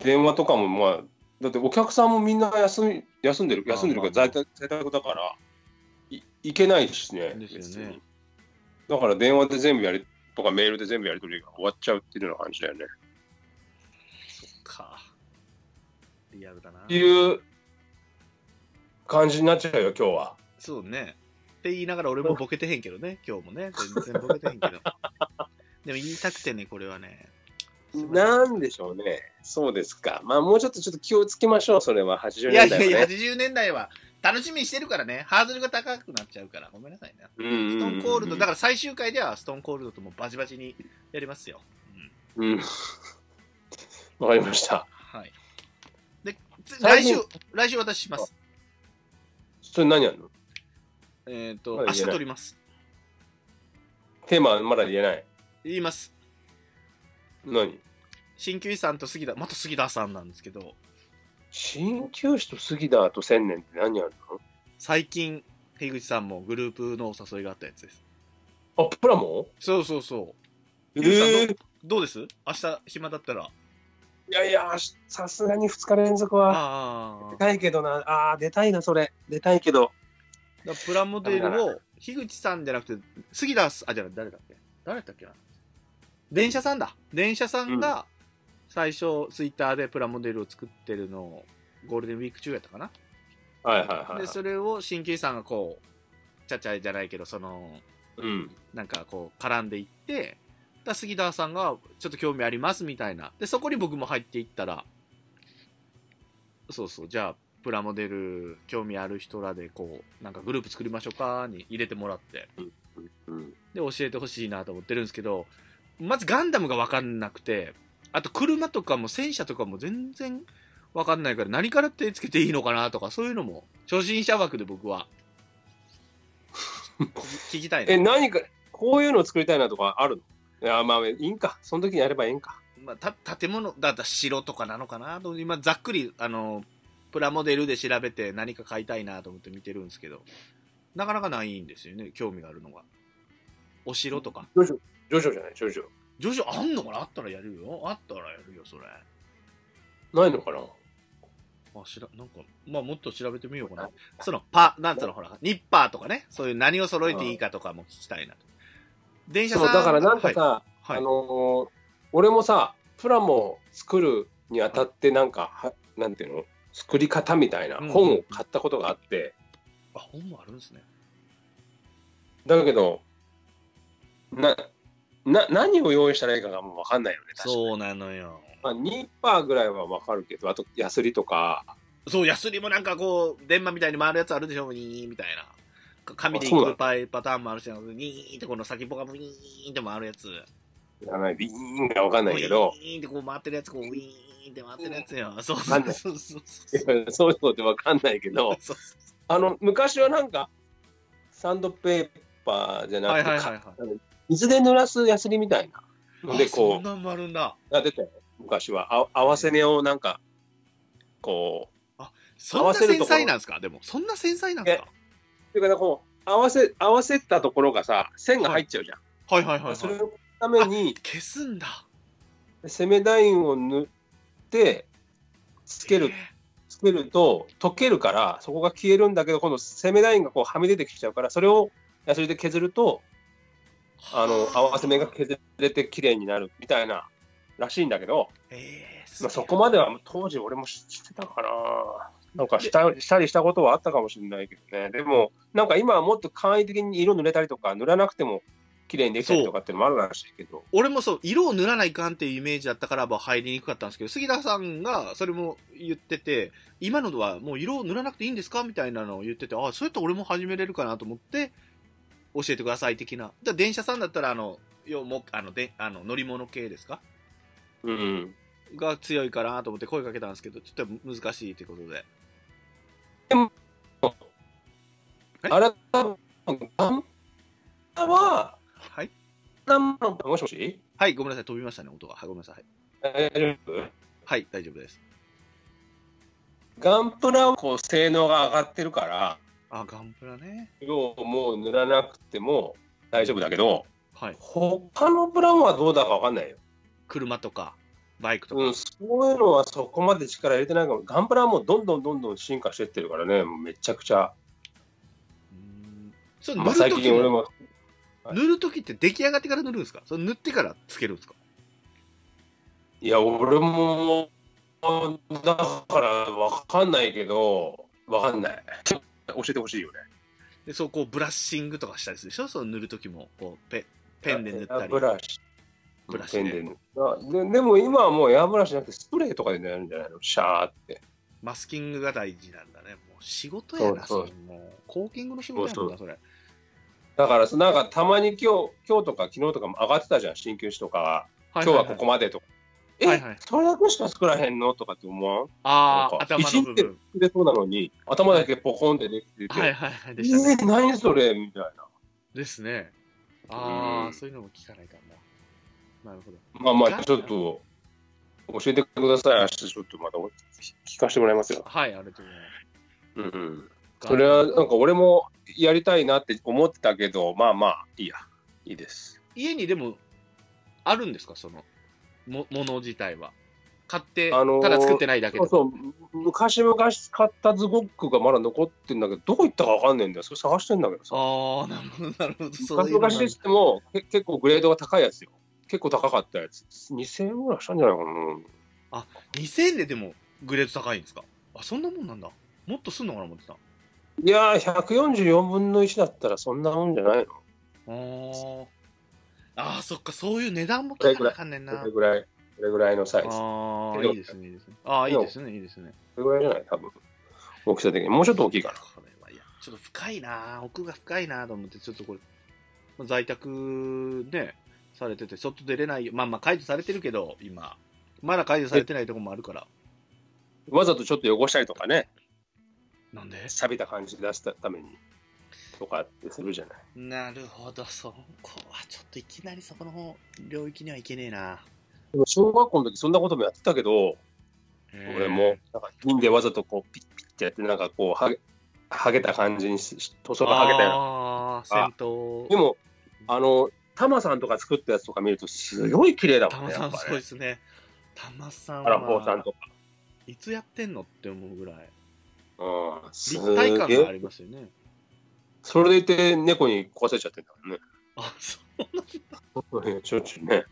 Speaker 1: 電話とかも、まあ、だってお客さんもみんな休み休んでる、休んでるから、
Speaker 3: あ
Speaker 1: 在
Speaker 3: ー
Speaker 1: 宅在宅だから、い行けないしね、
Speaker 3: ですよね
Speaker 1: 別にだから電話で全部やり、とかメールで全部やり取りが終わっちゃうっていうような感じだよね。
Speaker 3: か。リアルだな
Speaker 1: っ。ていう感じになっちゃうよ、今日は。
Speaker 3: そうね。って言いながら俺もボケてへんけどね、今日もね。全然ボケてへんけど。 でも言いたくてね、これはね。すいません
Speaker 1: なんでしょうね。そうですか。まあ、もうちょっとちょっと気をつけましょう、それは。80
Speaker 3: いや
Speaker 1: 年代
Speaker 3: い
Speaker 1: は
Speaker 3: や
Speaker 1: ね。
Speaker 3: いや、80年代は楽しみにしてるからね、ハードルが高くなっちゃうから、ごめんなさいね。
Speaker 1: うんうんうん
Speaker 3: ストーンコールド、だから最終回ではストーンコールドともバチバチにやりますよ。うん
Speaker 1: うん。わかりました。
Speaker 3: はい。で、つ
Speaker 1: 最
Speaker 3: 来
Speaker 1: 後
Speaker 3: 週、来週私します。
Speaker 1: それ何やるの
Speaker 3: えっ、と、
Speaker 1: まだ言え
Speaker 3: 明日
Speaker 1: ない
Speaker 3: 撮ります。
Speaker 1: テーマまだ言えない。
Speaker 3: 言います。
Speaker 1: 何
Speaker 3: 鍼灸師さんと杉田、また杉田さんなんですけど、
Speaker 1: 鍼灸師と杉田と千年って何やる
Speaker 3: 最近、樋口さんもグループのお誘いがあったやつです。
Speaker 1: のあ、プラモ
Speaker 3: そうそうそう。
Speaker 1: え
Speaker 3: ゆうさん
Speaker 1: ー
Speaker 3: どうです明日暇だったら。
Speaker 1: いやいや、しさすがに2日連続は。出
Speaker 3: ああ。
Speaker 1: たいけどな。ああー、出たいな、それ。出たいけど。
Speaker 3: だからプラモデルを、樋口さんじゃなくて、杉田す、あ、じゃない、誰だっけ誰だったっけな電車さんだ。電車さんが、最初、ツイッターでプラモデルを作ってるのを、ゴールデンウィーク中やったかな
Speaker 1: はいはいはい、はい
Speaker 3: で。それを鍼灸師さんがこうちゃちゃいじゃないけどその
Speaker 1: うん。
Speaker 3: なんかこう絡んでいってだ杉田さんがちょっと興味ありますみたいなでそこに僕も入っていったらそうそうじゃあプラモデル興味ある人らでこうなんかグループ作りましょうかに入れてもらって
Speaker 1: うん、
Speaker 3: で教えてほしいなと思ってるんですけどまずガンダムが分かんなくてあと車とかも戦車とかも全然分かんないから何から手つけていいのかなとかそういうのも初心者枠で僕は聞きたい
Speaker 1: え、
Speaker 3: な、
Speaker 1: 何か、こういうのを作りたいなとかあるのいや、まあ、いいんか。その時にやればいいんか。
Speaker 3: まあ、た建物だったら城とかなのかなと今ざっくりあのプラモデルで調べて何か買いたいなと思って見てるんですけどなかなかないんですよね興味があるのがお城とか
Speaker 1: ジョジョ、ジョジョじゃない、ジョジョ。
Speaker 3: 徐々あんのかなあったらやるよあったらやるよそれ
Speaker 1: ないのかな
Speaker 3: あ、しら、なんか、まあ、もっと調べてみようかな。その、パ、なんつうの、ほら、ニッパーとかね、そういう何を揃えていいかとかも聞きたいなと。電車
Speaker 1: そう
Speaker 3: さ
Speaker 1: んだからなんかさ、
Speaker 3: はい、はい
Speaker 1: あのー俺もさプラモ作るにあたってなんか、はなんていうの作り方みたいな
Speaker 3: うん
Speaker 1: 本を買ったことがあって、
Speaker 3: あ、本もあるんですね。
Speaker 1: だけどなな何を用意したらいいかがもう分かんないよね確かに
Speaker 3: そうなのよ。
Speaker 1: まあ、ニッパーぐらいは分かるけどあとヤスリとか
Speaker 3: そう、ヤスリもなんかこう、電話みたいに回るやつあるでしょ、にーみたいな。か紙でい
Speaker 1: あそうな
Speaker 3: く
Speaker 1: の
Speaker 3: パイパターンもあるし、にーってこの先っぽがにーって回るやつ。
Speaker 1: いらないビーンが分かんないけど
Speaker 3: ウィーンってこう回ってるやつ、こう、ウィーンって回ってるやつよ。そう
Speaker 1: か
Speaker 3: そ
Speaker 1: んな
Speaker 3: う
Speaker 1: い
Speaker 3: そうそうそ。
Speaker 1: いうや そういうのって分かんないけ ど
Speaker 3: そう
Speaker 1: あの昔はなんかサンドペーパーじゃなく
Speaker 3: は
Speaker 1: て、
Speaker 3: いはいはいはい
Speaker 1: か水で濡らすヤスリみたいな。
Speaker 3: あ
Speaker 1: でこう
Speaker 3: そんなんもあるんだ。
Speaker 1: あ出たよ昔はあ合わせ目をなんかこ
Speaker 3: そんな繊細なんですかでも、そんな繊細なんですか
Speaker 1: うていうかねこう合わせ合わせたところがさ線が入っちゃうじゃん、
Speaker 3: はいはいはい、はい。
Speaker 1: それのために
Speaker 3: 消すんだ。
Speaker 1: 攻めラインを塗ってつけるつけると溶けるからそこが消えるんだけど今度攻めラインがこうはみ出てきちゃうからそれをヤスリで削るとあの合わせ目が削れて綺麗になるみたいならしいんだけど、
Speaker 3: えー、すげ
Speaker 1: ま
Speaker 3: え
Speaker 1: あ、そこまでは当時俺も知知ってたかな。なんかしたしたりしたことはあったかもしれないけどね。でも、なんか今はもっと簡易的に色塗れたりとか、塗らなくても綺麗にできたりとかってのもあるらしいけど。
Speaker 3: 俺もそう、色を塗らないかんっていうイメージだったから、まあ入りにくかったんですけど、杉田さんがそれも言ってて、今のはもう色を塗らなくていいんですかみたいなのを言ってて、ああ、そうやって俺も始めれるかなと思って、教えてください的な。だ電車さんだったら、あの、よもあのであの乗り物系ですか
Speaker 1: うん。
Speaker 3: が強いかなと思って声かけたんですけど、ちょっと難しいということで。え
Speaker 1: あれ、多分ガンダムは、
Speaker 3: はい。
Speaker 1: ガンダムもしもし
Speaker 3: はい、ごめんなさい。飛びましたね、音が。はい、ごめんなさい。
Speaker 1: 大丈夫
Speaker 3: はい、大丈夫です。
Speaker 1: ガンプラはこう性能が上がってるから、
Speaker 3: あ、ガンプラね。
Speaker 1: 色をもう塗らなくても大丈夫だけど、
Speaker 3: はい。
Speaker 1: 他のブランドはどうだかわかんないよ。
Speaker 3: 車とか、バイクとか。
Speaker 1: うん、そういうのはそこまで力入れてないかも。ガンプラはもうどんどんどんどん進化してってるからね、もうめちゃくちゃ。
Speaker 3: うんそう、塗
Speaker 1: まあ、
Speaker 3: ると
Speaker 1: 最
Speaker 3: き
Speaker 1: 近俺
Speaker 3: も、
Speaker 1: も、
Speaker 3: 塗るときって出来上がってから塗るんですかそれ塗ってからつけるんですか
Speaker 1: いや、俺も、だからわかんないけど、わかんない。ちょっと教えてほしいよね。
Speaker 3: で、そう、こう、ブラッシングとかしたりするでしょその塗るときも、こう、ペペンで塗ったり。
Speaker 1: ブラシ。
Speaker 3: ブラシね
Speaker 1: ペンで塗るででも今はもうエアブラシじゃなくてスプレーとかで塗るんじゃないのシャーって。
Speaker 3: マスキングが大事なんだね。もう仕事やな、
Speaker 1: そ
Speaker 3: そう
Speaker 1: そう
Speaker 3: れもう。コーキングの仕事やもんな、それ。
Speaker 1: だからさ、なんかたまに今日、今日とか昨日とかも上がってたじゃん、鍼灸師とかが。今日はここ
Speaker 3: ま
Speaker 1: までとか。え、
Speaker 3: はいはい
Speaker 1: それだけしか作らへんのとかって思わん
Speaker 3: あ
Speaker 1: なん
Speaker 3: あ、
Speaker 1: か
Speaker 3: 頭の部分。
Speaker 1: でそうなのに、頭だけポコンってできてて、
Speaker 3: はいはいはい。
Speaker 1: え
Speaker 3: でしたね。
Speaker 1: ー何それみたいな。
Speaker 3: ですね。あ
Speaker 1: う
Speaker 3: あ、
Speaker 1: ん
Speaker 3: そういうのも聞かないかな。なるほど。
Speaker 1: まあまあ、ちょっと、教えてください。明日ちょっとまた聞かせてもらいますよ。
Speaker 3: はい、ありがとうございま
Speaker 1: うん。
Speaker 3: す。
Speaker 1: それは、なんか俺もやりたいなって思ってたけど、まあまあ、いいや。いいです。
Speaker 3: 家にでも、あるんですかその、も、もの自体は。買って、
Speaker 1: あのー
Speaker 3: ただ作ってないだけ
Speaker 1: そう
Speaker 3: で。
Speaker 1: そう、昔々買ったズゴックがまだ残ってんだけど、どこ行ったかわかんないんだよ。それ探してんだけどさ。
Speaker 3: ああ、なるほど、なるほど。そう
Speaker 1: 昔
Speaker 3: いうの
Speaker 1: 々
Speaker 3: が
Speaker 1: でしても、け結構グレードが高いやつよ。結構高かったやつ。2000円ぐらいしたんじゃないかな。
Speaker 3: 2000円ででも、グレード高いんですかあ、そんなもんなんだ。もっとすんのかな、思ってた。あ
Speaker 1: いやー、144分の1だったらそんなもんじゃないの
Speaker 3: ーあー、そっか、そういう値段も
Speaker 1: これ
Speaker 3: 聞か
Speaker 1: ぐら
Speaker 3: な
Speaker 1: い
Speaker 3: あかんねんな。
Speaker 1: こ
Speaker 3: あ
Speaker 1: れぐらい、これぐらいのサイズ。こ
Speaker 3: あー、いいですね、いいですね。ああ、いいですね、いいですね。
Speaker 1: れぐらいじゃない多分。大きさ的に。もうちょっと大きいかな。
Speaker 3: これはいや、ちょっと深いなぁ奥が深いなぁと思って、ちょっとこれ、まあ在宅ね、されてて、外出れないよ。まあまあ解除されてるけど、今。まだ解除されてないとこもあるから。
Speaker 1: わざとちょっと汚したりとかね、
Speaker 3: なんで
Speaker 1: 錆びた感じ出すためにとかってするじゃない。
Speaker 3: なるほど、そこはちょっといきなりそこの領域にはいけねえな
Speaker 1: でも小学校の時そんなこともやってたけど、
Speaker 3: ぁ
Speaker 1: 俺も、、なんか、銀でわざとこう、ピッピッってやって、なんかこう、はげ、はげた感じにし、し塗装がはげたような。
Speaker 3: ああ、戦闘。
Speaker 1: でも、あの、タマさんとか作ったやつとか見ると、すごい綺麗だ
Speaker 3: た
Speaker 1: もん
Speaker 3: ま
Speaker 1: ね。
Speaker 3: さ
Speaker 1: やっ
Speaker 3: ん
Speaker 1: ぱ
Speaker 3: すごい
Speaker 1: ね
Speaker 3: ですね。たまさん
Speaker 1: アラフォーさん
Speaker 3: は、
Speaker 1: とか。
Speaker 3: いつやってんのって思うぐらい。
Speaker 1: うん、す
Speaker 3: 立体
Speaker 1: げ
Speaker 3: 感が
Speaker 1: え。
Speaker 3: ありますよね。
Speaker 1: それでいて、猫に壊されちゃってんだからね。
Speaker 3: あ、そう。
Speaker 1: ちょっちゅうね。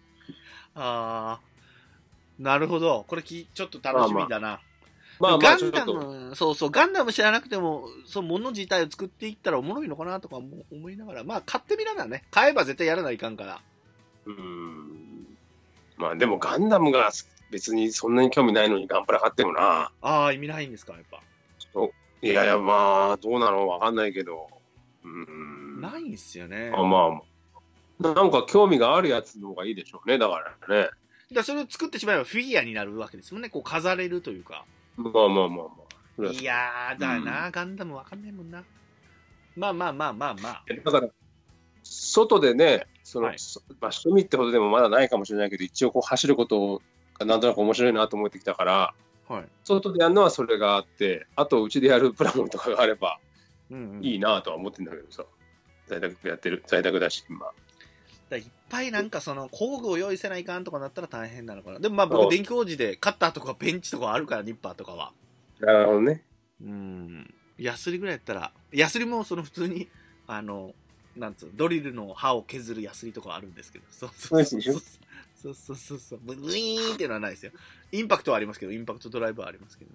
Speaker 3: ああ、なるほど。これき、ちょっと楽しみだな。
Speaker 1: まあま
Speaker 3: ガ
Speaker 1: あ、ちょ
Speaker 3: ン
Speaker 1: っ
Speaker 3: ダ
Speaker 1: と、
Speaker 3: ム、そうそう、ガンダム知らなくても、そのもの自体を作っていったらおもろいのかなとかも思いながら、まあ買ってみらなね。買えば絶対やらないかんから。
Speaker 1: うん。まあでも、ガンダムが別にそんなに興味ないのにガンプラ買ってもな。
Speaker 3: ああ、意味ないんですか、やっぱ。
Speaker 1: いやいや、まあ、どうなのわかんないけど。うん。ま
Speaker 3: ないんすよね。
Speaker 1: あまあ、なんか興味があるやつの方がいいでしょうね、だからね。
Speaker 3: だからそれを作ってしまえばフィギュアになるわけですもんね。こう飾れるというか。
Speaker 1: まあまあまあまあ。
Speaker 3: いやー、だな、ガンダムわかんないもんな。まあまあまあまあまあ。
Speaker 1: だから、外でね、その
Speaker 3: はい
Speaker 1: そまあ、趣味ってほどでもまだないかもしれないけど、一応こう走ることがなんとなく面白いなと思ってきたから、
Speaker 3: はい。
Speaker 1: 外でやるのはそれがあって、あとうちでやるプラモとかがあれば
Speaker 3: うん、うん。
Speaker 1: いいなとは思ってんだけどさ、在宅でやってる、在宅だし、今。
Speaker 3: だからいっぱいなんかその工具を用意せないかんとかなったら大変なのかな。でもまあ
Speaker 1: そ
Speaker 3: 僕
Speaker 1: う
Speaker 3: 電気工事でカッターとかペンチとかあるから、ニッパーとかは。
Speaker 1: なるほどね。
Speaker 3: うん。ヤスリぐらいやったら、ヤスリもその普通に、あの、なんつうのドリルの刃を削るヤスリとかあるんですけど、そうそうそう。
Speaker 1: ナイスでしょ
Speaker 3: そうそうそうそう。ブイーンっていうのはないですよ。インパクトはありますけど、インパクトドライバーはありますけど。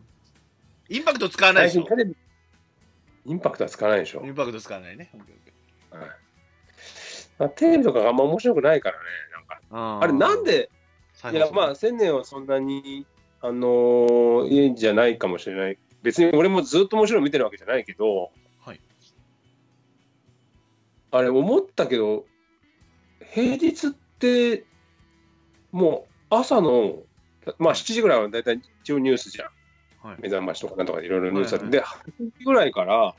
Speaker 3: インパクト使わない
Speaker 1: 最
Speaker 3: でし
Speaker 1: 近
Speaker 3: ょ
Speaker 1: テレビ、インパクトはつかないでしょ。
Speaker 3: インパクト使わないね。
Speaker 1: はいまあ、テレビとかがあんま面白くないからね、なんか。
Speaker 3: あ
Speaker 1: あれ、なんで
Speaker 3: 最
Speaker 1: い
Speaker 3: 後
Speaker 1: や、まあ、千年はそんなに、あのー、家じゃないかもしれない。別に俺もずっともちろん見てるわけじゃないけど、
Speaker 3: はい
Speaker 1: あれ、思ったけど、平日って、もう朝の、まあ、7時ぐらいは大体一応ニュースじゃん。
Speaker 3: はい
Speaker 1: 目覚ましとかなんとかいろいろニュースあって、
Speaker 3: はい
Speaker 1: で、8時ぐらいから、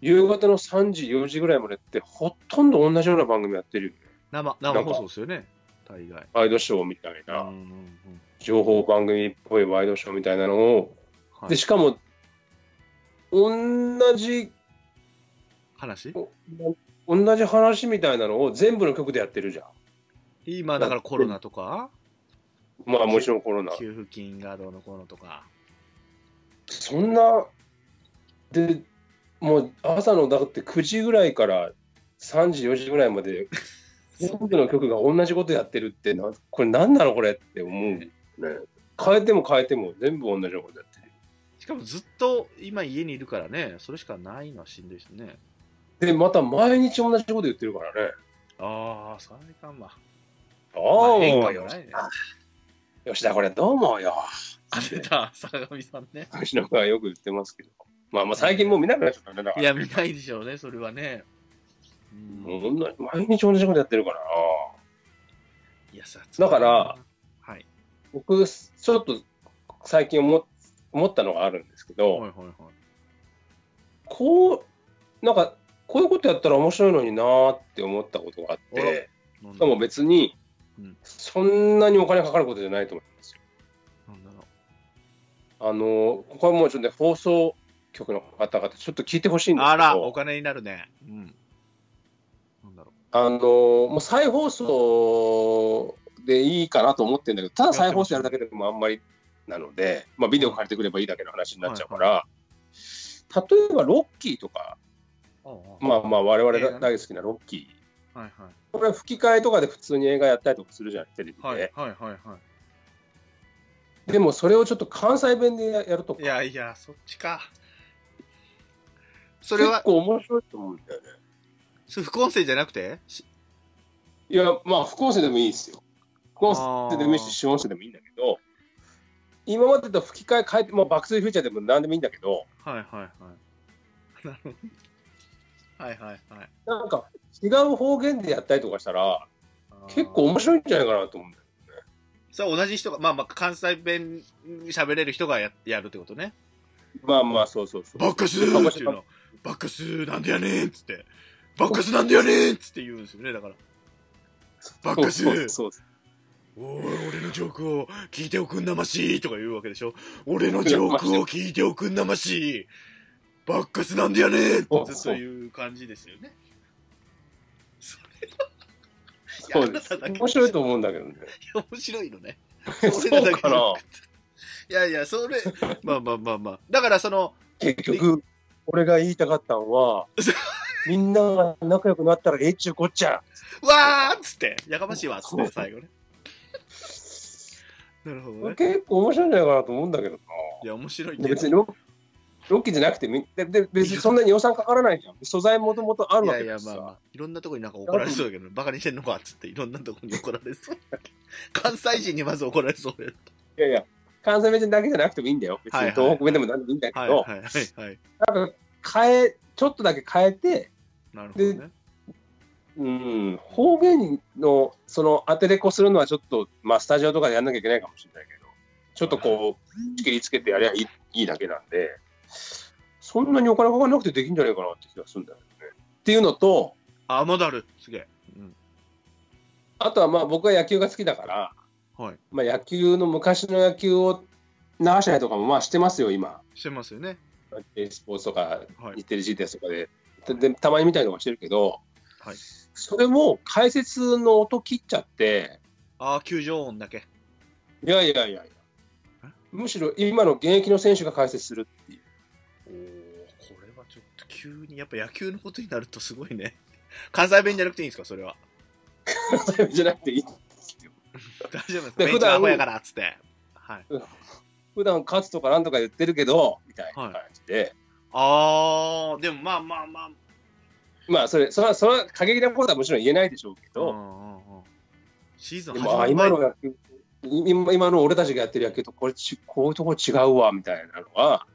Speaker 1: 夕方の3時、4時ぐらいまでって、ほとんど同じような番組やってるよね。
Speaker 3: 生、生放送ですよね。大概。
Speaker 1: ワイドショーみたいな。
Speaker 3: うんうんうん
Speaker 1: 情報番組っぽいワイドショーみたいなのを、
Speaker 3: は
Speaker 1: で
Speaker 3: い
Speaker 1: しかも同じ
Speaker 3: 話
Speaker 1: おな同じ話みたいなのを全部の曲でやってるじゃん。
Speaker 3: 今、だからコロナとか、
Speaker 1: まあもちろんコロナ。
Speaker 3: 給付金がどうのこうのとか。
Speaker 1: そんな、で、もう朝のだって9時ぐらいから3時、4時ぐらいま で、全部の曲が同じことやってるってな、これ何なのこれって思うね。変えても変えても全部同じことやってる。
Speaker 3: しかもずっと今家にいるからね、それしかないのはしんどいですね。
Speaker 1: で、また毎日同じこと言ってるからね。
Speaker 3: ああ、それはいかんわ。
Speaker 1: どう
Speaker 3: 変
Speaker 1: も
Speaker 3: 化も
Speaker 1: よ
Speaker 3: な。いね。
Speaker 1: 吉田、これどうもよ。
Speaker 3: あ出た、坂上さんね。
Speaker 1: 吉田はよく言ってますけど。まあまあ最近もう見なくなっちゃったね。だか
Speaker 3: い
Speaker 1: ら
Speaker 3: や、見ないでしょうね、それはね。う、
Speaker 1: もうん同じ毎日同じことやってるからな。
Speaker 3: いやさ
Speaker 1: だから、
Speaker 3: はい。
Speaker 1: 僕、ちょっと最近思っ思ったのがあるんですけど、
Speaker 3: はいはいはい。
Speaker 1: こう、なんか、こういうことやったら面白いのになーって思ったことがあって、
Speaker 3: な
Speaker 1: し
Speaker 3: んだ
Speaker 1: か
Speaker 3: ろ
Speaker 1: も別に
Speaker 3: うん、
Speaker 1: そんなにお金かかることじゃないと思いますよ。
Speaker 3: うなんだろ
Speaker 1: あの、ここはもうちょっとね、放送局の方々、ちょっと聞いてほしいん
Speaker 3: う。
Speaker 1: ですけ
Speaker 3: あら、お
Speaker 1: ど、
Speaker 3: 金になるね。うん。なんだろ
Speaker 1: あの、もう再放送でいいかなと思ってるんだけど、ただ再放送やるだけでもあんまりなので、まあ、ビデオ借りてくればいいだけの話になっちゃうから、例えばロッキーとか、
Speaker 3: う。あ
Speaker 1: まあまあ我々
Speaker 3: 映画
Speaker 1: が
Speaker 3: ね
Speaker 1: 大好きなロッキー、
Speaker 3: あ、はいはい。
Speaker 1: これは吹き替えとかで普通に映画やったりとかするじゃん、テレビで。
Speaker 3: はいはいはいは
Speaker 1: でもそれをちょっと関西弁でやるとか
Speaker 3: い。い、やいや、そっちか。そ
Speaker 1: そ
Speaker 3: れ
Speaker 1: れ
Speaker 3: は
Speaker 1: 結、 構面白いと思うんだよね。
Speaker 3: それ副音声じゃなくてし
Speaker 1: いや、まあ、副音声でもいいですよ。副音声でもいい
Speaker 3: あー
Speaker 1: し、主音声でもいいんだけど、今までと吹き替え変えて、まあ、バックスフューチャーでも何でもいいんだけど、
Speaker 3: はいはいはい。なるほど。 はいはいはい。
Speaker 1: なんか違う方言でやったりとかしたら、
Speaker 3: あー
Speaker 1: 結構面白いんじゃないかなと思うんだよ。
Speaker 3: それは同じ人が、まあまあ、関西弁喋れる人がややるってことね。
Speaker 1: まあまあ、そうそうそう。
Speaker 3: バックスーっていうの。バックスーなんでやねんっつって。バックスなんでやねんっつって言うんですよね、だから。バックス
Speaker 1: そうそうそう
Speaker 3: おー俺のジョークを聞いておくんなましいとか言うわけでしょ。俺のジョークを聞いておくんなましいバックスなんでやねんって
Speaker 1: そう
Speaker 3: ずっという感じですよね。 それ
Speaker 1: そ
Speaker 3: は
Speaker 1: うで
Speaker 3: いやあなた
Speaker 1: す。
Speaker 3: だけ
Speaker 1: 面白いと思うんだけどね。
Speaker 3: 面白いのね。
Speaker 1: そうかな
Speaker 3: 俺らだけじゃくていやいや、それ、まあまあまあまあ。だからその、
Speaker 1: 結局、俺が言いたかったの は
Speaker 3: そ、
Speaker 1: みんなが仲良くなったらええっちゅうこっちゃ。
Speaker 3: わーっつって、やかましいわっつって、最後ね。なるほどね。
Speaker 1: 結構面白いんじゃないかなと思うんだけど
Speaker 3: いや、面白
Speaker 1: な。
Speaker 3: いけど
Speaker 1: 別に。ロロッキーじゃなくてみ、でで別にそんなに予算かからないじゃん。素材もともとあ
Speaker 3: い
Speaker 1: るわ
Speaker 3: や
Speaker 1: け
Speaker 3: いや
Speaker 1: だ、し
Speaker 3: まあま
Speaker 1: さ。
Speaker 3: あ、いろんなとこになんか怒られそうだけど、バカにしてんのかっつって、いろんなとこに怒られそう。 関西人にまず怒られそうで。
Speaker 1: いやいや、関西弁だけじゃなくてもいいんだよ。別
Speaker 3: はいは
Speaker 1: に
Speaker 3: い
Speaker 1: 東北弁でも何でもいいんだけ
Speaker 3: はい
Speaker 1: ど、
Speaker 3: はいはいはい。
Speaker 1: なんか変え、ちょっとだけ変えて、
Speaker 3: なるほどね。
Speaker 1: うん、方言のその当てれこするのはちょっと、まあスタジオとかでやんなきゃいけないかもしれないけど、ちょっとこう、仕切りつけてやりゃいいいいだけなんで、そんなにお金かかんなくてできんじゃないかなって気がするんだよね。っていうのと、
Speaker 3: あ、まだある。すげえ。うん。
Speaker 1: あとはまあ僕は野球が好きだから、
Speaker 3: はい。
Speaker 1: まあ、野球の昔の野球を流したりとかもまあしてますよ、今。
Speaker 3: してますよね。
Speaker 1: スポーツとか、
Speaker 3: はい。
Speaker 1: 日テレ GTS とかでで、たまに見たりとかしてるけど、
Speaker 3: はい
Speaker 1: それも解説の音切っちゃって、
Speaker 3: あー、球場音だけ。
Speaker 1: いやいやいやい
Speaker 3: え
Speaker 1: や、むしろ今の現役の選手が解説するっていう。
Speaker 3: おー、これはちょっと急に、やっぱ野球のことになるとすごいね。 関西弁じゃなくていいんですか、そ れは。
Speaker 1: じゃなくていい
Speaker 3: 大丈夫です
Speaker 1: で
Speaker 3: か。ベンチ
Speaker 1: 普段
Speaker 3: アホやからっつって。はい。
Speaker 1: 普段勝つとかなんとか言ってるけど、みたいな感じで、
Speaker 3: あー、でもまあまあまあ。
Speaker 1: まあそれ、それは、それは過激なことはもちろん言えないでしょうけど、
Speaker 3: うんうんうんシーズン
Speaker 1: で
Speaker 3: 始
Speaker 1: も
Speaker 3: ま
Speaker 1: あ
Speaker 3: る前
Speaker 1: 今の野球今今の俺たちがやってる野球とこれちこういうとこ違うわみたいなのは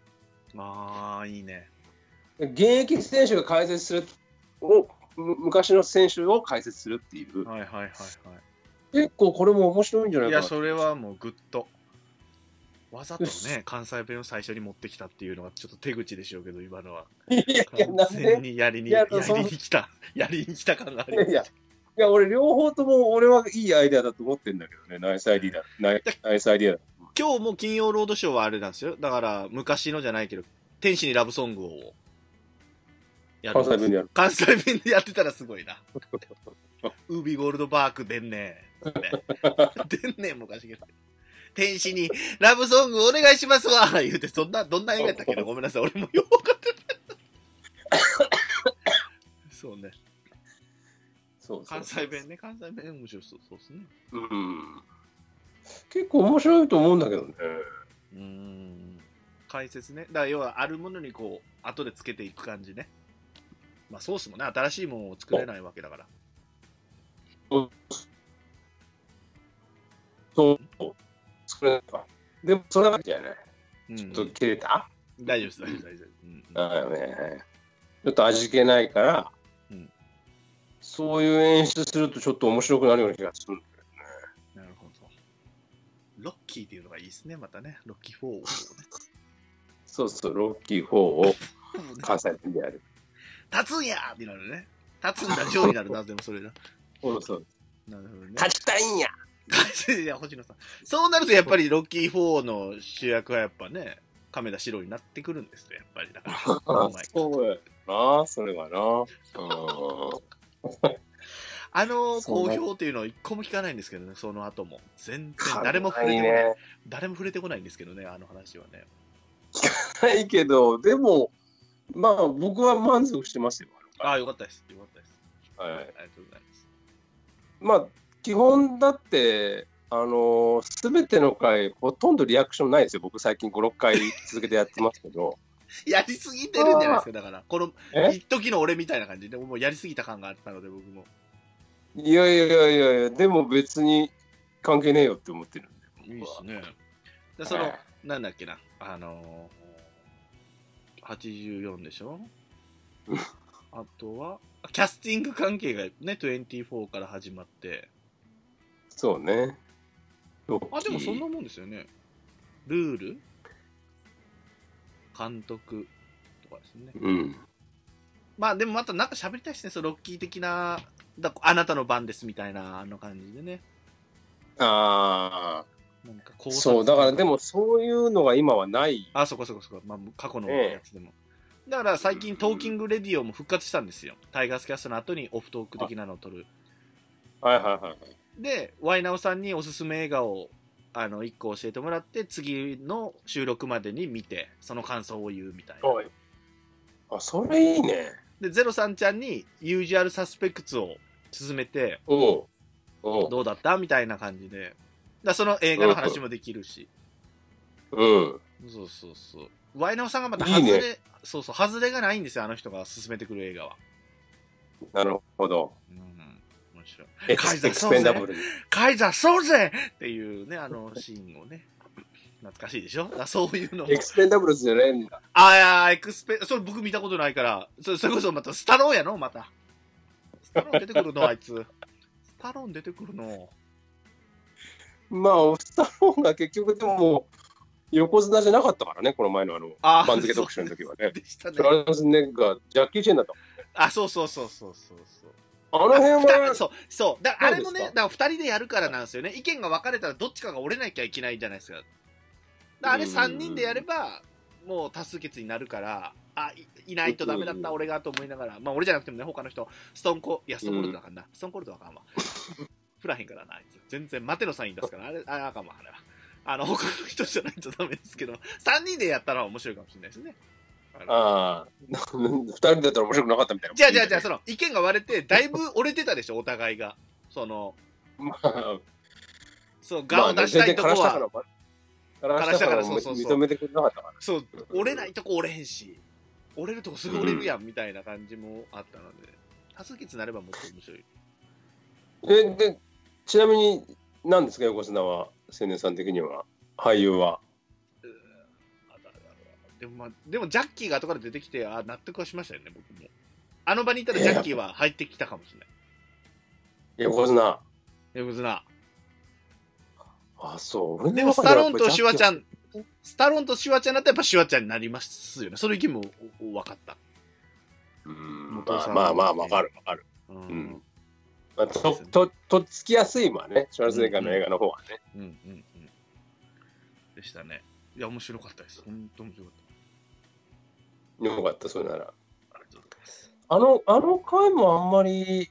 Speaker 3: ああ、いいね。
Speaker 1: 現役選手が解説するをむ昔の選手を解説するっていう
Speaker 3: はいはいはいは。
Speaker 1: 結構これも面白いんじゃないい
Speaker 3: い
Speaker 1: か
Speaker 3: や、
Speaker 1: な
Speaker 3: それはもうグッと。わざと
Speaker 1: よし
Speaker 3: ね、関西弁を最初に持ってきたっていうのはちょっと手口でしょうけど、今のは。
Speaker 1: いやいや
Speaker 3: 完
Speaker 1: なん
Speaker 3: 全
Speaker 1: で
Speaker 3: にやりに、
Speaker 1: い
Speaker 3: や
Speaker 1: や
Speaker 3: り
Speaker 1: そう
Speaker 3: に来た。やりに来た感があ
Speaker 1: い
Speaker 3: る。
Speaker 1: やいやいや俺両方とも俺はいいアイデアだと思ってるんだけどねナイスアイデアだナイナイスアイデアだ
Speaker 3: 今日も金曜ロードショーはあれなんですよ。だから、昔のじゃないけど、天使にラブソングをやる
Speaker 1: 関西弁でやる。
Speaker 3: 関西弁でやってたらすご いな。ウービーゴールドバークでんねん。ってでんねんもおかしいけど。天使にラブソングお願いしますわ言うて、そんな、どんな映画やったっけなごめんなさい。俺もよくわかって ない。そうね。
Speaker 1: そうそう
Speaker 3: 関西弁ね。関西弁面白そう。そうですね。
Speaker 1: うん。結構面白いと思うんだけどね。
Speaker 3: うーん。解説ね。だから要は、あるものにこう、後でつけていく感じね。まあ、ソースもね、新しいものを作れないわけだから。
Speaker 1: そう。作れないか。でも、それはじゃない。
Speaker 3: うん、
Speaker 1: ちょっと切れた、
Speaker 3: 大丈夫です、大丈夫です、大丈夫です。うんうん
Speaker 1: だよね。ちょっと味気ないから、
Speaker 3: うん
Speaker 1: そういう演出するとちょっと面白くなるような気がする。
Speaker 3: なるほど。ロッキーっていうのがいいですね、またね。ロッキー4をね。
Speaker 1: そうそう、ロッキー4を関西弁でやる。
Speaker 3: 立つんやーってなるね。立つんだ、上になるな、でも そ れだ。
Speaker 1: そうそう。
Speaker 3: なるほどね。
Speaker 1: 勝ちたいんや
Speaker 3: いや、星野さん。そうなると、やっぱりロッキー4の主役はやっぱね、亀田四郎になってくるんですよ、やっぱり。だから。うまい
Speaker 1: そうやな、それはな。うん
Speaker 3: あの
Speaker 1: そう
Speaker 3: 好
Speaker 1: ね
Speaker 3: 評っていうのは一個も聞かないんですけどね、その後も。全然、誰も
Speaker 1: か
Speaker 3: 触
Speaker 1: な
Speaker 3: れて
Speaker 1: り
Speaker 3: こない。
Speaker 1: ね。
Speaker 3: 誰も触れてこないんですけどね、あの話はね。
Speaker 1: ないけど、でも、まあ、僕は満足してますよ。
Speaker 3: ああ、よかったです。よかったです。
Speaker 1: はい
Speaker 3: ありがとうございます。
Speaker 1: まあ、基本だって、あのすべての回、ほとんどリアクションないですよ、僕、最近5、6回続けてやってますけ ど、
Speaker 3: やりすぎてるんじゃないですか、だから。この、
Speaker 1: え
Speaker 3: 一時の俺みたいな感じで、もうやりすぎた感があったので、僕も。
Speaker 1: いやいやいやいやいや、でも別に関係ねえよって思ってるんで、
Speaker 3: いい
Speaker 1: 僕
Speaker 3: で
Speaker 1: は
Speaker 3: すね。で、その
Speaker 1: え、
Speaker 3: なんだっけな、あのー、84でしょ
Speaker 1: うん
Speaker 3: あとは、キャスティング関係がね、24から始まって。
Speaker 1: そうね。
Speaker 3: あ、でもそん
Speaker 1: の
Speaker 3: なもんですよね。ルール監督とかですね。
Speaker 1: うん。
Speaker 3: まあでもまたなんか喋りたいですね、そのロッキー的な、だあなたの番ですみたいな、あの感じでね。
Speaker 1: あ
Speaker 3: なんか
Speaker 1: あ、
Speaker 3: 考察
Speaker 1: そう、だからでもそういうのが今はない。
Speaker 3: あ、そこそこそこ。まあ、過去のやつでも。だから最近、トーキングレディオも復活したんですよ。タイガースキャストの後にオフトーク的なのを撮る。
Speaker 1: はいはいはい。
Speaker 3: で、ワイナオさんにおすすめ映画を、あの、1個教えてもらって、次の収録までに見て、その感想を言うみたいな。
Speaker 1: はい、あ、それいいね。
Speaker 3: で、ゼロさんちゃんに、ユージュアルサスペクツを進めて、
Speaker 1: おう。おう。
Speaker 3: どうだったみたいな感じで。だからその映画の話もできるし。
Speaker 1: うん。
Speaker 3: そうそうそう。ワイナオさんがまた
Speaker 1: いい
Speaker 3: 外
Speaker 1: ね
Speaker 3: れ、そうそう、外れがないんですよ、あの人が進めてくる映画は。
Speaker 1: なるほど。
Speaker 3: うん、面白い。
Speaker 1: エク
Speaker 3: カイ
Speaker 1: ス
Speaker 3: ザー
Speaker 1: エクスペンダブルに。
Speaker 3: カイザーそうぜっていうね、あのシーンをね。懐かしいでしょあそういうのも
Speaker 1: エ。クスペンダブルズじゃねえんだ。
Speaker 3: ああー、エクスペ、それ僕見たことないから。それそれこそまたスタローンやのまた。スタローン出てくるのあいつ。スタローン出てくるの。
Speaker 1: まあ、オフタローンが結局でも、横綱じゃなかったからね、この前のあの、
Speaker 3: ああ。
Speaker 1: 番付特集の時はね。
Speaker 3: でしたね
Speaker 1: フ。ランスネッガー、ジャッキー・チェンだった。
Speaker 3: あ、そうそうそうそうそうそう。
Speaker 1: あの辺
Speaker 3: 二
Speaker 1: は
Speaker 3: 人、そう、そう。だからあれ
Speaker 1: ど
Speaker 3: もね、
Speaker 1: う
Speaker 3: だ
Speaker 1: です
Speaker 3: から二人でやるからなんですよね。意見が分かれたらどっちかが折れなきゃいけないじゃないですか。だからあれ
Speaker 1: うん
Speaker 3: 三人でやれば、もう多数決になるから、あ、いいないとダメだっ
Speaker 1: うん
Speaker 3: た、俺がと思いながら、まあ俺じゃなくてもね、他の人、ストーンコ、いや、ストーンコールドだからな。ストーンコールドはあかんわ。振らへんからな、あいつ。全然、待てのサイン出すから、あれ、ああかんわ、あれは。あの、他の人じゃないとダメですけど、三人でやったら面白いかもしれないですね。あの
Speaker 1: ああ、 二人だったら面白くなかったみたいな。
Speaker 3: じゃあじゃあじゃあ、その、意見が割れて、だいぶ折れてたでしょ、お互いが。その、
Speaker 1: まあ、
Speaker 3: そう、
Speaker 1: ま
Speaker 3: ガ
Speaker 1: あ
Speaker 3: を
Speaker 1: ね
Speaker 3: 出したいと
Speaker 1: 全然か
Speaker 3: こ
Speaker 1: らしたか
Speaker 3: は、
Speaker 1: ら、からしたから
Speaker 3: そうそうそう
Speaker 1: 認めてくれなかったから。
Speaker 3: そう、折れないとこ折れへんし、折れるとこすぐ折れるやんみたいな感じもあったので、多数決になればもっと面白い。
Speaker 1: え、で、ちなみに、何ですか、横綱は、青年さん的には、俳優は。
Speaker 3: あだだだでもまあ、でもジャッキーが後から出てきて、あ納得はしましたよね、僕も。あの場にいたらジャッキーは入ってきたかもしれない。
Speaker 1: 横綱。
Speaker 3: 横綱。
Speaker 1: あ、そう。俺
Speaker 3: で
Speaker 1: の
Speaker 3: も、ス
Speaker 1: 中
Speaker 3: タ
Speaker 1: は
Speaker 3: ロ
Speaker 1: やっ
Speaker 3: ン
Speaker 1: ぱ
Speaker 3: とシュワちゃ
Speaker 1: ジャッ
Speaker 3: ん、スタロンとシュワちゃんだったらやっぱシュワちゃんになりますよね。その意見もおお分かった。
Speaker 1: キーうん
Speaker 3: 元
Speaker 1: ま
Speaker 3: さ
Speaker 1: あ
Speaker 3: ん
Speaker 1: まあまあ、わかるわかる。
Speaker 3: う
Speaker 1: うんん。まあ、と、と、とっつきやすいわね、シュワルツェネッガーの映画の方はね。
Speaker 3: うんうんうん。でしたね。いや、面白かったです。本当面白かった。
Speaker 1: よかった、それなら。
Speaker 3: ありがとうございます。
Speaker 1: あの、あの回もあんまり、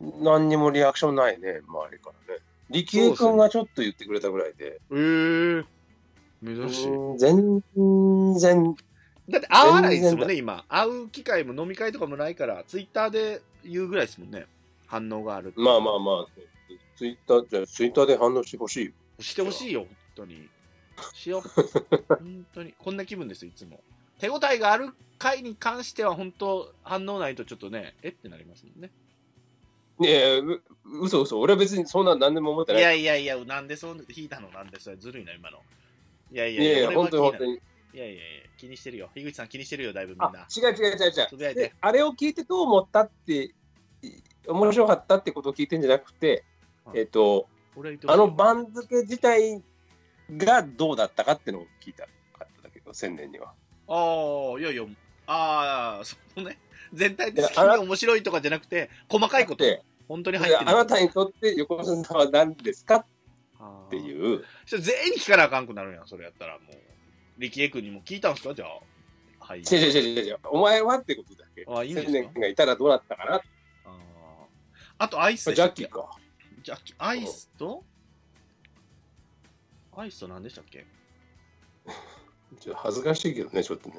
Speaker 1: 何にもリアクションないね、周りからね。力恵君がちょっと言ってくれたぐらいで、
Speaker 3: えー、
Speaker 1: う
Speaker 3: 珍しい。
Speaker 1: ん全然、
Speaker 3: だって会わないですもんね、今。会う機会も飲み会とかもないから、ツイッターで言うぐらいですもんね。反応があるって。
Speaker 1: まあまあまあ、ツイッター、じゃあツイッターで反応してほしいよ。
Speaker 3: してほしいよ、本当に。しよう。 本当に。こんな気分です、いつも。手応えがある回に関しては、本当反応ないとちょっとね、えってなりますもんね。
Speaker 1: ねえ、う嘘嘘俺は別にそんな何でも思って
Speaker 3: い
Speaker 1: ない。
Speaker 3: やいやいや、なんでそんな、引いたのなんでそれ、ずるいな、今の。いやいや
Speaker 1: いやいや、
Speaker 3: 俺
Speaker 1: 本
Speaker 3: は
Speaker 1: 当に本
Speaker 3: 気に
Speaker 1: 当
Speaker 3: なる
Speaker 1: に。
Speaker 3: いやいやいや、気にしてるよ。樋口さん気にしてるよ、だいぶみん
Speaker 1: あ
Speaker 3: な。、
Speaker 1: 違う違う違う違う。
Speaker 3: つぶやい
Speaker 1: で
Speaker 3: て。
Speaker 1: あれを聞いてどう思ったってい面白かったってことを聞いてんじゃなくて、
Speaker 3: はい
Speaker 1: えっと
Speaker 3: 俺は言ってほ
Speaker 1: あ
Speaker 3: しい
Speaker 1: の番付自体がどうだったかってのを聞いたかっただけど千年には
Speaker 3: ああ、いやいや、ああ、そのね、全体的
Speaker 1: いやあな
Speaker 3: に面白いとかじゃなくて、細かいこと、
Speaker 1: で
Speaker 3: 本当に入
Speaker 1: で
Speaker 3: っ
Speaker 1: あ
Speaker 3: てる。
Speaker 1: なたにとって横澤さんは何ですか
Speaker 3: っ
Speaker 1: っていう
Speaker 3: それ全員に聞かなあかんくなるやん、それやったらもう。力恵君にも聞いたんすかじゃあ。はい。
Speaker 1: 違う違う違う違うお前はってことだけ
Speaker 3: あいいんです
Speaker 1: 千
Speaker 3: か
Speaker 1: 年がいたらどうだったかな
Speaker 3: あーあと、アイスでし
Speaker 1: ジ
Speaker 3: た
Speaker 1: ャッ
Speaker 3: っけ
Speaker 1: キーか
Speaker 3: ジャッキーアイスとアイスと何でしたっけ
Speaker 1: ちょっと恥ずかしいけどねちょっとね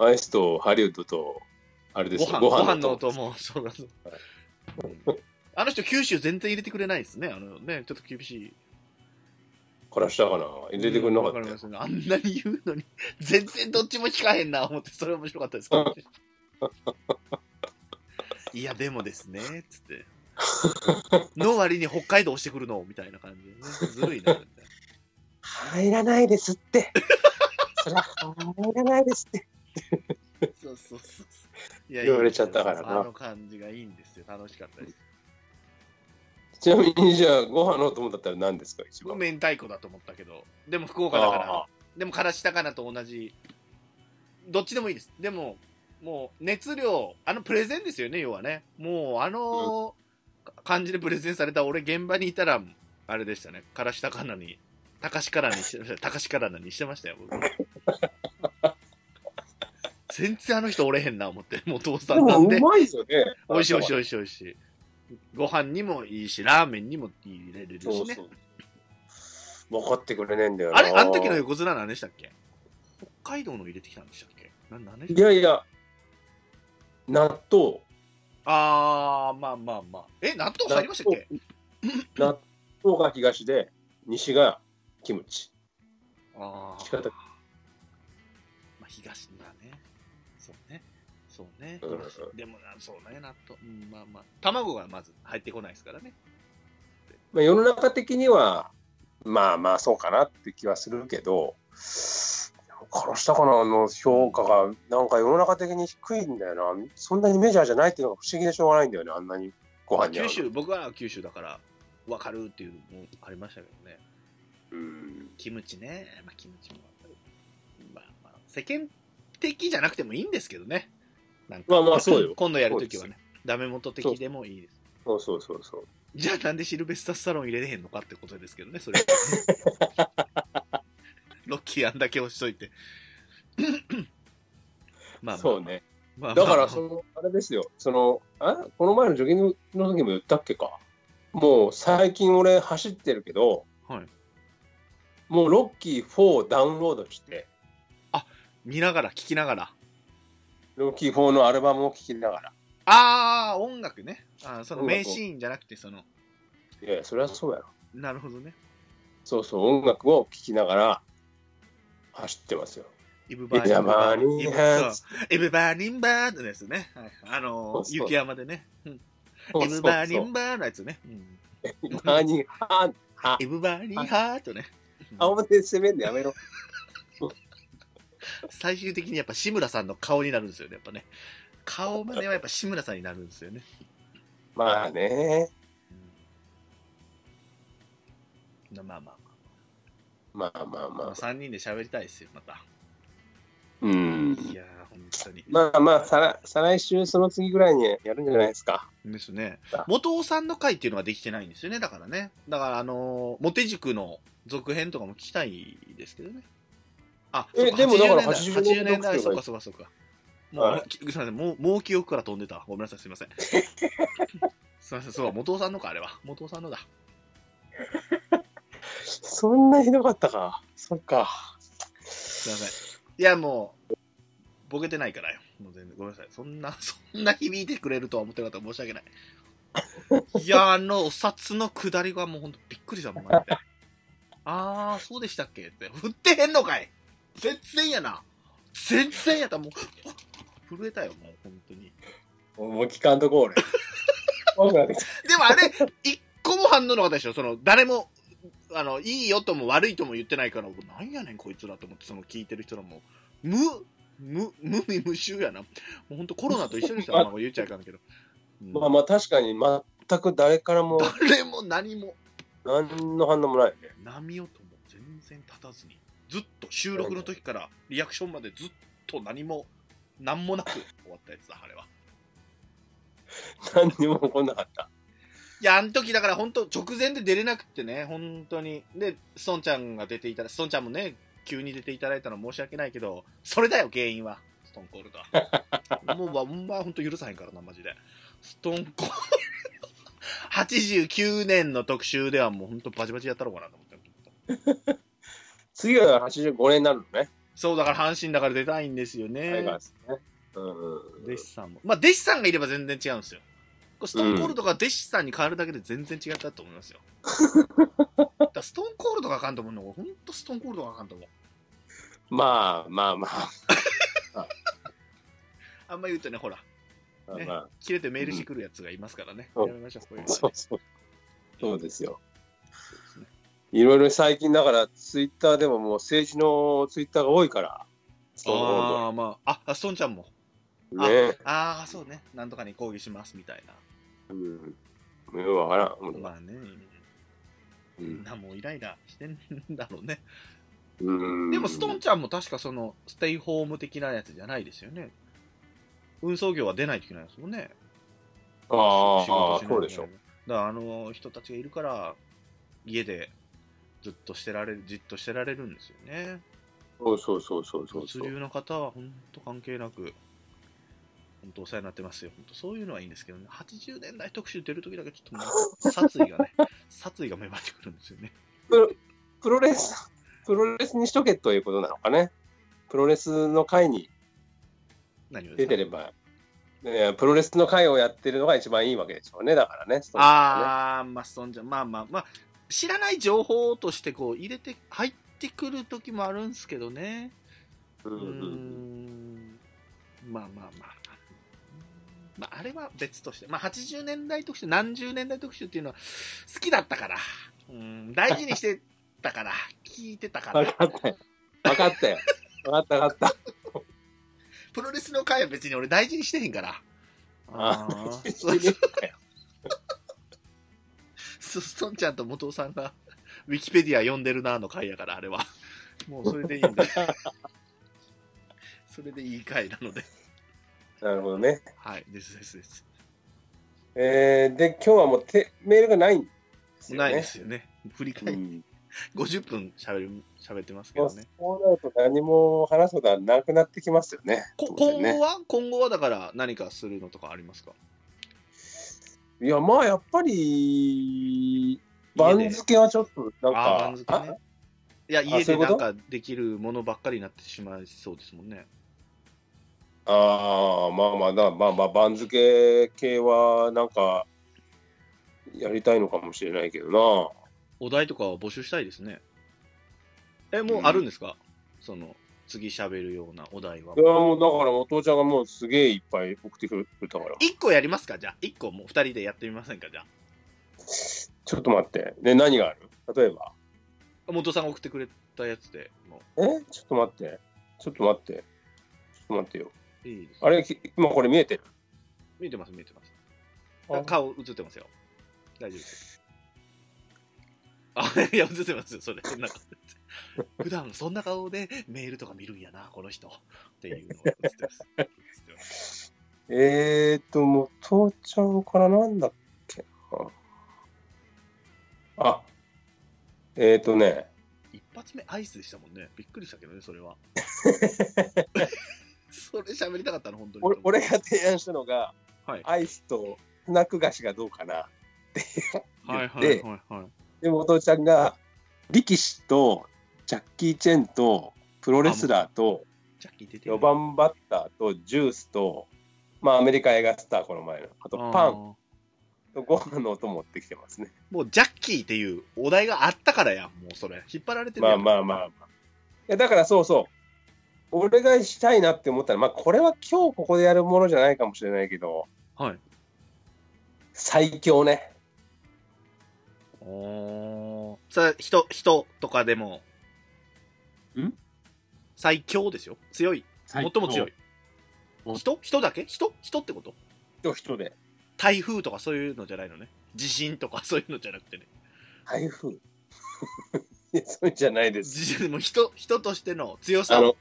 Speaker 1: アイスとハリウッドとあれです
Speaker 3: ご
Speaker 1: よ
Speaker 3: 飯ご飯の
Speaker 1: 音
Speaker 3: 音も、 そうだそう。うんあの人、九州全然入れてくれないですね。あのね、ちょっと厳しい。
Speaker 1: からしたかな入れてくれなかっ
Speaker 3: わ
Speaker 1: た
Speaker 3: り
Speaker 1: よ
Speaker 3: ますねあんなに言うのに、 全然どっちも聞かへんな、思って、それ面白か ったですけど。いや、でもですね、つって。の割に北海道押してくるの、みたいな感じでね。ずるいな、みたい
Speaker 1: 入らないですって。 それは入らないですって。
Speaker 3: な。そうそうそうそう。いや
Speaker 1: 言われちゃったからな
Speaker 3: な。あの感じがいいんですよ。楽しかったです。
Speaker 1: ちなみにじゃあご飯のお供だったら何ですか一番。
Speaker 3: 僕、明太子だと思ったけど、でも福岡だから。
Speaker 1: あ
Speaker 3: でもからし高菜と同じどっちでもいいですでももう熱量あのプレゼンですよね要はねもうあの感じでプレゼンされた俺現場にいたらあれでしたねからし高菜に高しからにしてま した高しからなにしてましたよ僕全然あの人おれへんな思ってもう父
Speaker 1: ー
Speaker 3: さ
Speaker 1: で
Speaker 3: んな
Speaker 1: も
Speaker 3: んで
Speaker 1: うまいですよね。
Speaker 3: 美味しい美味しい
Speaker 1: い。
Speaker 3: 美味しい美味しいご飯にもいいしラーメンにも入れれるしね
Speaker 1: そうそう。分かってくれねえんだよな。
Speaker 3: あれあの時の横綱何でしたっけ北海道の入れてきたんでしたっけな何でし
Speaker 1: い
Speaker 3: たっけ
Speaker 1: やいや、納豆、
Speaker 3: あー、まあまあまあ。え、納豆入りましたっけ
Speaker 1: 納豆が東で、西がキムチ。
Speaker 3: あ
Speaker 1: 仕
Speaker 3: ー、
Speaker 1: 方
Speaker 3: まあ、東だね。そうね。そうね。
Speaker 1: うん
Speaker 3: でもな、そうね、納豆。うん、まあまあ。卵がまず入ってこないですからね。
Speaker 1: まあ、世の中的には、まあまあそうかなって気はするけど、殺したかなの評価が、なんか世の中的に低いんだよな、そんなにメジャーじゃないっていうのが不思議でしょうがないんだよね、あんなにご飯に合うの
Speaker 3: 九州、僕は九州だから、わかるっていうのもありましたけどね。
Speaker 1: うん
Speaker 3: キムチね。まあ、キムチもやっぱり。まあまあ、世間的じゃなくてもいいんですけどね。なんか
Speaker 1: まあまあそうよ
Speaker 3: 今度やるときはね。ダメ元的でもいいです。
Speaker 1: そうそうそうそう。
Speaker 3: じゃあなんでシルベスタスサロン入れれへんのかってことですけど ね、それ。ロッキーあんだけ押しとい て。まあまあ、
Speaker 1: そうね。
Speaker 3: まあま
Speaker 1: だ
Speaker 3: あ
Speaker 1: から、その、あれですよ、その、あこの前のジョギングの時も言ったっけか。もう最近俺走ってるけど、
Speaker 3: はい
Speaker 1: もうロッキー4ダウンロードして、
Speaker 3: 見ながら、聞きながら。
Speaker 1: ロッキー4のアルバムを聴きながら。
Speaker 3: ああ、音楽ね。あーその
Speaker 1: 音楽
Speaker 3: 名シーンじゃなくて、その、
Speaker 1: いやいや、それはそうやろ。
Speaker 3: なるほどね。
Speaker 1: そうそう、音楽を聴きながら走ってますよ。
Speaker 3: イブバーニ
Speaker 1: 山
Speaker 3: ンバー
Speaker 1: に
Speaker 3: イブ
Speaker 1: はず
Speaker 3: そうイブバーニンバーのやつね。はいあのー
Speaker 1: そうそう
Speaker 3: 雪山でね。うん
Speaker 1: そうそ
Speaker 3: イ
Speaker 1: う
Speaker 3: ブ
Speaker 1: そう
Speaker 3: バーニンバーのやつね。うん
Speaker 1: 山にはは
Speaker 3: イブバーニンハートね。
Speaker 1: 青で攻めんのやめろ。
Speaker 3: 最終的にやっぱ志村さんの顔になるんですよね、やっぱね。顔まではやっぱ志村さんになるんですよね。
Speaker 1: まあね、
Speaker 3: うんまあまあ
Speaker 1: まあまあ
Speaker 3: まあ、ま
Speaker 1: ま
Speaker 3: あ、
Speaker 1: あ。
Speaker 3: 3人で喋りたいですよ、また。
Speaker 1: うん。
Speaker 3: いやー、本当に。
Speaker 1: まあまあ、さら再来週、その次ぐらいにやるんじゃないですか。
Speaker 3: ですね。元尾さんの回っていうのができてないんですよね、だからね。だから、あのー、モテ塾の続編とかも聞きたいですけどね。あ、
Speaker 1: え
Speaker 3: そう
Speaker 1: でもだから
Speaker 3: 80年代、
Speaker 1: 80年代
Speaker 3: そうかそうかそうか。もう、
Speaker 1: はい
Speaker 3: きすみません、もう、もう記憶から飛んでた。ごめんなさい、すみませ ん。すみません、そう、元尾さんのか、あれは。元尾さんのだ。
Speaker 1: そんなひどかったか。そっか。
Speaker 3: すみません。いや、もう、ボケてないからよ。もう全然、ごめんなさい。そんな、 そんな響いてくれるとは思ってなかった。申し訳ない。いや、あの、お札の下りがもうほんとびっくりしたもん、マジで。 あー、そうでしたっけって。振ってへんのかい全然やな。全然やった。もう、震えたよ、もう、本当に。
Speaker 1: もうもう聞かんとこ俺。怖くなってきた
Speaker 3: でもあれ、一個も反応なかったでしょ。その、誰も、あの、いいよとも悪いとも言ってないから、なんやねんこいつらと思って、その聞いてる人らも、無、無、無味無臭やな。もう本当コロナと一緒ですよ。
Speaker 1: まあ
Speaker 3: まあ、言っちゃいかんけど。うん
Speaker 1: まあまあ確かに全く誰からも
Speaker 3: 誰も何も、
Speaker 1: 何の反応もないね。
Speaker 3: 波音も全然立たずに、ずっと収録の時からリアクションまでずっと何も、何もなく終わったやつだ、あれは。
Speaker 1: 何にも起こんなかった。
Speaker 3: いや、あの時だから本当直前で出れなくってね、本当に。で、孫ちゃんが出ていただ、孫ちゃんもね、急に出ていただいたのは申し訳ないけど、それだよ、原因は。ストーンコールドは。もう、ほんま本当許さへんからな、マジで。ストーンコール ド。89年の特集ではもう本当バチバチやったろうかなと思って。
Speaker 1: 次は85年になるのね。
Speaker 3: そう、だから阪神だから出たいんですよ
Speaker 1: タイガ
Speaker 3: ね
Speaker 1: ー。スね。うんうんうん。
Speaker 3: 弟子さんも。まあ、弟子さんがいれば全然違うんですよ。これストーンコールドが弟子さんに変わるだけで全然違ったと思い ますよ。だからストーンコールドがあかんと思うの、ほんとストーンコールドがあかんと思う。
Speaker 1: まあまあまあ。
Speaker 3: あんま言うとね、ほら、
Speaker 1: まあ
Speaker 3: ね
Speaker 1: まあ、
Speaker 3: 切れてメールしてくるやつがいますからね。
Speaker 1: うん
Speaker 3: やめましょう、こういうの
Speaker 1: そう
Speaker 3: はね
Speaker 1: そう。そうですよ。
Speaker 3: そうですね。
Speaker 1: いろいろ最近だからツイッターでももう政治のツイッターが多いから。
Speaker 3: ああ、まあ、あ、あストーンちゃんも。
Speaker 1: う
Speaker 3: あ
Speaker 1: ね。
Speaker 3: ああ、そうね。なんとかに抗議しますみたいな。
Speaker 1: うん。ようわからん。俺は
Speaker 3: まあね、
Speaker 1: う
Speaker 3: みん
Speaker 1: ん
Speaker 3: なもうイライラしてんだろうね。
Speaker 1: うん。
Speaker 3: でも、ストーンちゃんも確かその、ステイホーム的なやつじゃないですよね。運送業は出ないといけないですもんね。
Speaker 1: あ
Speaker 3: 仕
Speaker 1: あああ、
Speaker 3: 事しない
Speaker 1: そ
Speaker 3: と
Speaker 1: うでしょ。
Speaker 3: だからあの人たちがいるから、家でずっとしてられる、じっとしてられるんですよね。
Speaker 1: そうそうそうそうそう
Speaker 3: 物流の方は本当関係なく、本当お世話になってますよ。本当そういうのはいいんですけどね、80年代特集出るときだけちょっともう殺意が ね、殺意が芽生えてくるんですよね。
Speaker 1: プロレス、プロレスにしとけということなのかね。プロレスの会に
Speaker 3: 何を
Speaker 1: 出
Speaker 3: ですか
Speaker 1: てれば、ねプロレスの会をやってるのが一番いいわけでしょうね。だからね。ストーンちゃんはね
Speaker 3: あー、まあ、そんじゃ、まあまあまあ、知らない情報としてこう入れて、入ってくるときもあるんですけどね。
Speaker 1: う
Speaker 3: うんー
Speaker 1: うん
Speaker 3: んまあまあまあ。まあ、あれは別として、まあ、80年代特集、何十年代特集っていうのは好きだったから、うん、大事にしてたから、聞いてたか
Speaker 1: わ
Speaker 3: ら、
Speaker 1: かったよ。わかったよ。わかったわか った。
Speaker 3: プロレスの回は別に俺大事にしてへんから。
Speaker 1: あ
Speaker 3: あー
Speaker 1: 知りたよ
Speaker 3: すすとんちゃんと元尾さんが、ウィキペディア読んでるなの回やから、あれは。もうそれでいいんで。それでいい回なので。
Speaker 1: なるほどね。
Speaker 3: はい、ですですです。
Speaker 1: えー、で、今日はもうてメールがないんですよね。
Speaker 3: ないですよね。振り返
Speaker 1: う
Speaker 3: り、
Speaker 1: ん
Speaker 3: 50分喋る、喋ってますけ
Speaker 1: も
Speaker 3: ど
Speaker 1: う
Speaker 3: ね。
Speaker 1: そうなると何も話すことはなくなってきますよね。
Speaker 3: こ
Speaker 1: 当然
Speaker 3: 今
Speaker 1: ね
Speaker 3: 後は、今後はだから何かするのとかありますか
Speaker 1: いや、まあ、やっぱり、
Speaker 3: 家で
Speaker 1: 番付はちょっと、なん
Speaker 3: あー
Speaker 1: か
Speaker 3: 番、付ねいや、
Speaker 1: あ
Speaker 3: 家
Speaker 1: そうい
Speaker 3: で
Speaker 1: うこ
Speaker 3: な
Speaker 1: と
Speaker 3: んかできるものばっかりになってしまいそうですもんね。
Speaker 1: ああ、まあまあだ、まあまあ、番付系は、なんか、やりたいのかもしれないけど
Speaker 3: お題とかは募集したいですね。え、もうあるんですか、その、次喋るようなお題は
Speaker 1: な。い。や、もうだから、お父ちゃんがもうすげえいっぱい送ってくれたから、
Speaker 3: 一個やりますかじゃあ。一個もう二人でやってみませんかじゃ
Speaker 1: ちょっと待って、ね、何がある例えば、
Speaker 3: あ。元さんが送ってくれたやつでも
Speaker 1: えちょっと待って、ちょっと待って、ちょっと待ってよ。
Speaker 3: う。いいです。
Speaker 1: あれ、き今これ見えてる
Speaker 3: 見えてます、見えてます。
Speaker 1: あ
Speaker 3: 顔映ってますよ。大丈夫です。あ、 いや、映ってますよ、それ。なんか 普段そんな顔でメールとか見るんやな、この人。っていうのが映ってます。映ってます
Speaker 1: えーっと、もう、父ちゃんからなんだっけなあ、えーっとね、
Speaker 3: 一発目アイスでしたもんね。びっくりしたけどね、それは。それ喋りたかったの、本当に。
Speaker 1: 俺俺が提案したのが、
Speaker 3: はい
Speaker 1: アイスとスナック菓子がどうかな。
Speaker 3: はいは
Speaker 1: で
Speaker 3: いはいはい。
Speaker 1: で、元ちゃんが、力士とジャッキー・チェンとプロレスラーと
Speaker 3: ジャッキー出て
Speaker 1: 4番バッターとジュースと、まあ、アメリカ映画スター、この前の、あとパン
Speaker 3: ン。
Speaker 1: とご飯の音持ってきてますね。
Speaker 3: もうジャッキーっていうお題があったからやん、もうそれ。引っ張られてる
Speaker 1: ま
Speaker 3: や
Speaker 1: あ
Speaker 3: ん。
Speaker 1: まあまあまあ。いやだからそうそう。俺がしたいなって思ったら、まあこれは今日ここでやるものじゃないかもしれないけど、
Speaker 3: はい。
Speaker 1: 最強ね。
Speaker 3: おーそれ、人、人とかでも。
Speaker 1: ん
Speaker 3: 最強ですよ。強い。最も強い。
Speaker 1: お
Speaker 3: 人人だけ人人ってこと
Speaker 1: 人人で。
Speaker 3: 台風とかそういうのじゃないのね。地震とか そういうのじゃなくてね。
Speaker 1: 台風。 いやそうじゃないです。
Speaker 3: 地震も人、人としての強さ
Speaker 1: あの、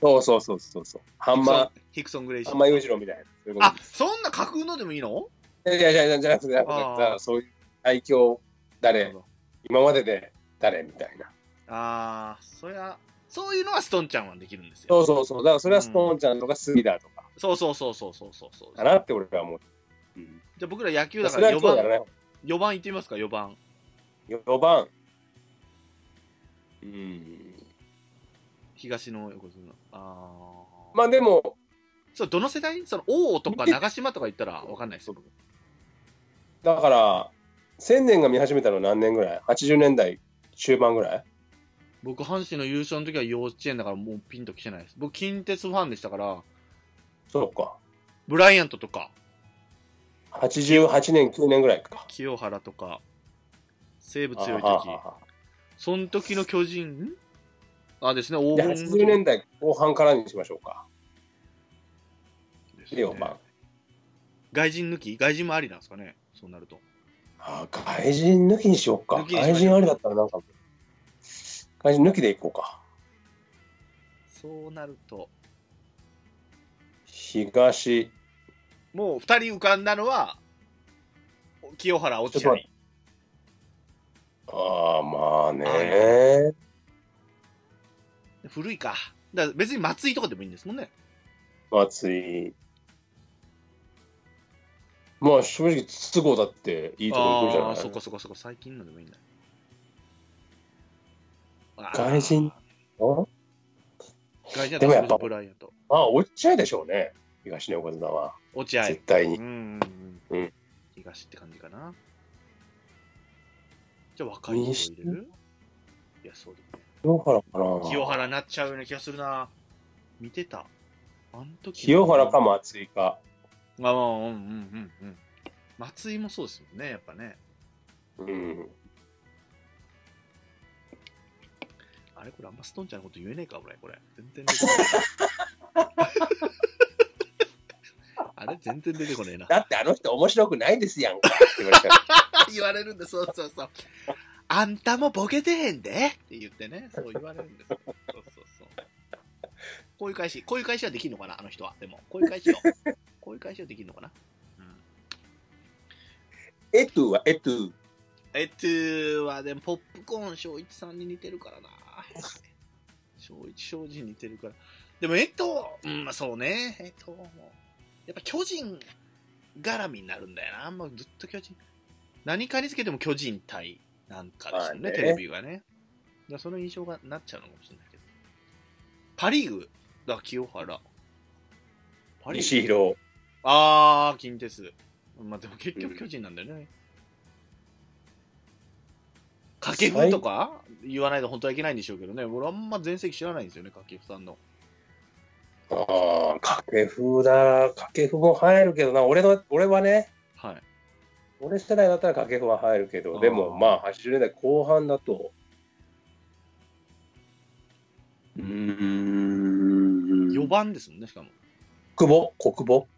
Speaker 1: そうそうそうそうそう。ハン
Speaker 3: ヒクソン
Speaker 1: マ
Speaker 3: ヒクソン・グレイ
Speaker 1: ー、
Speaker 3: シー
Speaker 1: ハンマー裕次郎みたいな。そういうこと
Speaker 3: あ、そんな架空のでもいいの
Speaker 1: いやいやいや、じゃなくて、だからそういう最強、
Speaker 3: なる
Speaker 1: 誰
Speaker 3: ほ、ど
Speaker 1: 今までで誰みたいな。
Speaker 3: あー、そりゃ、そういうのはストンちゃんはできるんですよ。
Speaker 1: そうそうそう。だからそれはストーンちゃんとかスリダーとか
Speaker 3: そうそうそうそうそうそうそう。
Speaker 1: かなって俺は思う。うん
Speaker 3: じゃあ僕ら野球だか
Speaker 1: それ
Speaker 3: ら
Speaker 1: は
Speaker 3: 4
Speaker 1: 今日やらない
Speaker 3: 番、4番行ってみますか、4番。
Speaker 1: 4番。うん。
Speaker 3: 東の横綱。あー。
Speaker 1: まあでも、
Speaker 3: そう、どの世代その、王とか長島とか言ったらわかんないですよ。僕
Speaker 1: だから、千年が見始めたのは何年ぐらい ?80 年代中盤ぐらい
Speaker 3: 僕、阪神の優勝の時は幼稚園だからもうピンと来てないです。僕、近鉄ファンでしたから、
Speaker 1: そうか。
Speaker 3: ブライアントとか、
Speaker 1: 88年、9年ぐらいか。
Speaker 3: 清原とか、西武
Speaker 1: あ
Speaker 3: 強い
Speaker 1: あ
Speaker 3: 時、
Speaker 1: あ
Speaker 3: その時の巨人あですね、黄
Speaker 1: で
Speaker 3: 金の時
Speaker 1: 80年代後半からにしましょうか。
Speaker 3: ですね
Speaker 1: 4番。
Speaker 3: 外人抜き外人もありなんですかねそうなると。
Speaker 1: ああ、外人抜きにしようか。
Speaker 3: 抜きにしましょう
Speaker 1: 外人ありだったらなんか、外人抜きでいこうか。
Speaker 3: そうなると。
Speaker 1: 東、
Speaker 3: もう二人浮かんだのは、清原、落
Speaker 1: ちょ
Speaker 3: 合
Speaker 1: っ。ああ、まあね。
Speaker 3: 古いか。だから別に松井とかでもいいんですもんね。
Speaker 1: 松井。まあ正直、筒香だっていいとこ行くじゃ
Speaker 3: あ
Speaker 1: な
Speaker 3: あー、そ
Speaker 1: い
Speaker 3: こそこそこ、最近のでもいいんだ。あー
Speaker 1: 外人あ
Speaker 3: 外人
Speaker 1: でもやっぱ
Speaker 3: ブライアント。
Speaker 1: まあ、落ち合いでしょうね。東の横綱は。
Speaker 3: 落合。
Speaker 1: 絶対
Speaker 3: うん
Speaker 1: に。
Speaker 3: うんう
Speaker 1: うんん。
Speaker 3: 東って感じかな。じゃあ若い人入れるいや、そうだね。
Speaker 1: 清原かな。
Speaker 3: 清原なっちゃうような気がするな。見てた。あの時の
Speaker 1: 清原か松井か。
Speaker 3: ああ、うんうんうんうん。松井もそうですもんね、やっぱね。
Speaker 1: うん。
Speaker 3: あれこれあんまストンちゃんのこと言えねえか、俺、これ。全然出てこ ない。あれ全然出てこねえな。
Speaker 1: だってあの人面白くないですやんかって言われたら
Speaker 3: 言われるんだ、そうそうそう。あんたもボケてへんでって言ってね、そう言われるんです。そうそうそう。こういう返し、こういう返しはできるのかな、あの人は。でも、こういう返しを、こういう返しはできるのかな。うん
Speaker 1: エトゥはエトゥ。
Speaker 3: えっとはでもポップコーン翔一さんに似てるからな翔一翔二に似てるからでもえっとうんまあそうねえっともやっぱ巨人絡みになるんだよなもうずっと巨人何かにつけても巨人対なんかですよね
Speaker 1: まあね
Speaker 3: テレビがねだからその印象がなっちゃうのかもしれないけどパ・リーグだ清原パリーグ
Speaker 1: 西広。
Speaker 3: あー、近鉄。まあ、でも結局巨人なんだよね。掛布とか言わないと本当はいけないんでしょうけどね。俺あんま全席知らないんですよね、掛布さんの。
Speaker 1: ああ、掛布だ。掛布も入るけどな。俺の、俺はね、
Speaker 3: はい。
Speaker 1: 俺世代だったら掛布は入るけ
Speaker 3: あ
Speaker 1: ど、
Speaker 3: ー
Speaker 1: でもまあ80年代後半だと。うーん。
Speaker 3: 4番ですもんね、しかも。
Speaker 1: 久保国保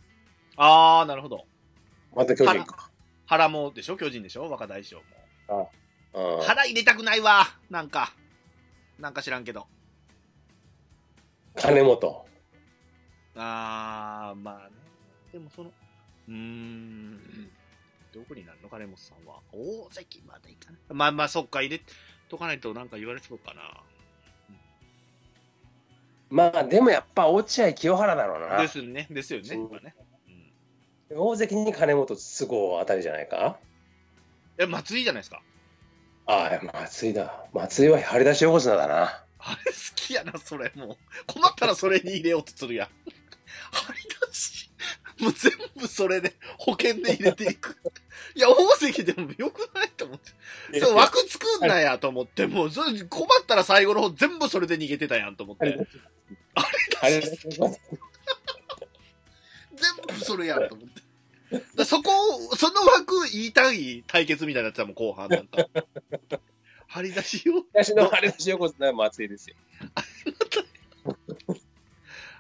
Speaker 3: あー、なるほど。
Speaker 1: また巨人か。
Speaker 3: 原もでしょ巨人でしょ若大将も。
Speaker 1: うん
Speaker 3: 腹入れたくないわなんか。なんか知らんけど。
Speaker 1: 金本。
Speaker 3: あー、まあね。でもその、うーん、どこになるの金本さんは。大関までいかない。まあまあ、そっか、入れとかないとなんか言われそうかな。うん
Speaker 1: まあでもやっぱ落合清原だろう
Speaker 3: で
Speaker 1: な。
Speaker 3: すね。ですよね。
Speaker 1: うん
Speaker 3: やっぱねうん
Speaker 1: 大関に金本都合あたりじゃないか
Speaker 3: え、松井じゃないですか。
Speaker 1: ああ、松井だ。松井は張り出し横綱だな。
Speaker 3: あれ好きやな、それもう。困ったらそれに入れようとするやん。張り出し。もう全部それで、保険で入れていく。いや、大関でもよくないと思って。そう、枠作んなやと思って、もう、それ困ったら最後の方全部それで逃げてたやんと思っ
Speaker 1: 張
Speaker 3: て
Speaker 1: り。出し張り出し横綱
Speaker 3: 全部それやんと思って。だからそこを、その枠、いい単位対決みたいになってたもん、後半なんか。張り出しを。
Speaker 1: 東の張り出し横綱は松井ですよ。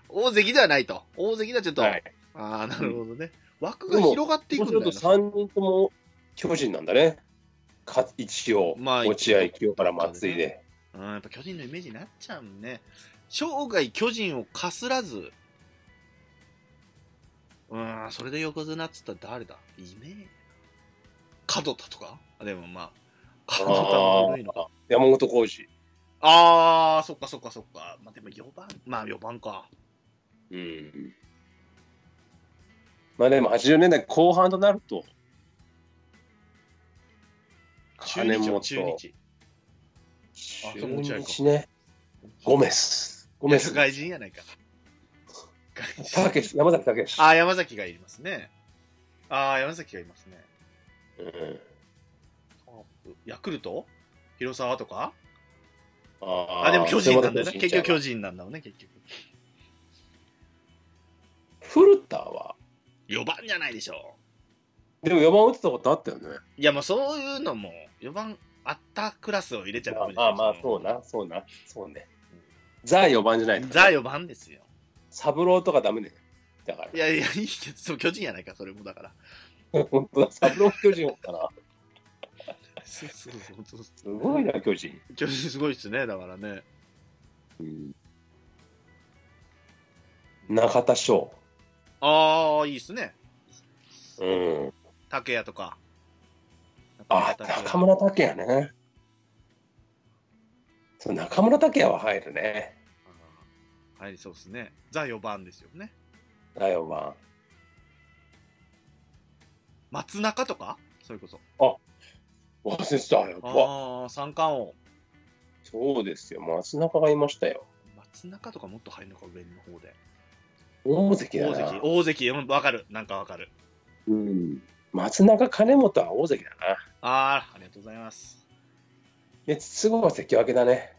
Speaker 3: 大関ではないと。大関ではちょっと。
Speaker 1: はい。
Speaker 3: ああ、なるほどね。枠が広がっていく
Speaker 1: も
Speaker 3: ん
Speaker 1: う
Speaker 3: だ
Speaker 1: ち
Speaker 3: よ
Speaker 1: ょ
Speaker 3: な
Speaker 1: っと3人とも巨人なんだね。か一応、
Speaker 3: まあ
Speaker 1: 落合清原松井で。
Speaker 3: うん、やっぱ巨人のイメージになっちゃうもんね。生涯巨人をかすらず、うん、それで横綱っつったら誰だいねえ。角田とかあでもまあ、角田も古いのか。
Speaker 1: 山本浩二。
Speaker 3: あー、そっかそっかそっか。まあでも4番、まあ4番か。
Speaker 1: うん。まあでも80年代後半となると、
Speaker 3: 中
Speaker 1: 金
Speaker 3: 日
Speaker 1: 本、
Speaker 3: は中日。そう持ち合いか
Speaker 1: 中日ね、ゴメス。ゴメス。
Speaker 3: 外人やないか。外
Speaker 1: たけ
Speaker 3: 人。
Speaker 1: し、山崎たけし。
Speaker 3: あー、山崎がいますね。あー、山崎がいますね。
Speaker 1: うん
Speaker 3: ヤクルト広沢とか
Speaker 1: あー
Speaker 3: あ、でも巨人なんだよ
Speaker 1: 山
Speaker 3: ね。
Speaker 1: 田
Speaker 3: 結局
Speaker 1: 巨人
Speaker 3: 巨人なんだもんね、結局。
Speaker 1: 古田は、
Speaker 3: 4番じゃないでしょ
Speaker 1: でも4番打ってたことあったよね。
Speaker 3: う。いや、もうそういうのも、4番あったクラスを入れちゃダメでしょ
Speaker 1: まあまあ、そうな、そうな、そうね。ザ4番じゃないと。
Speaker 3: ザ4番ですよ。
Speaker 1: サブローとかダメね。だから
Speaker 3: い。やいや、いいけど、そう巨人やないか、それもだから。
Speaker 1: 本当だ、サブロー巨人おったな。
Speaker 3: そうそうそうそ
Speaker 1: すごいな、巨人。
Speaker 3: う。巨人すごいっすね、だからね。
Speaker 1: うん中田翔。
Speaker 3: ああ、いいっすね。
Speaker 1: うん。
Speaker 3: 竹谷とか。
Speaker 1: あ、中村拓也ね。そう、中村拓也は入るね。
Speaker 3: あーはい、そうっすね。ザ4番ですよね。
Speaker 1: 第4番。
Speaker 3: 松中とかそれこそ。
Speaker 1: 忘れてたよ。わ
Speaker 3: ああ、三冠王。
Speaker 1: そうですよ。松中がいましたよ。
Speaker 3: 松中とかもっと入るのか、上の方で。
Speaker 1: 大関だ
Speaker 3: 大
Speaker 1: な。
Speaker 3: 関、大関、うんわかる。なんかわかる。
Speaker 1: うん。松中金本は大関だな。
Speaker 3: ああ、ありがとうございます。
Speaker 1: で、筒香は関脇だね。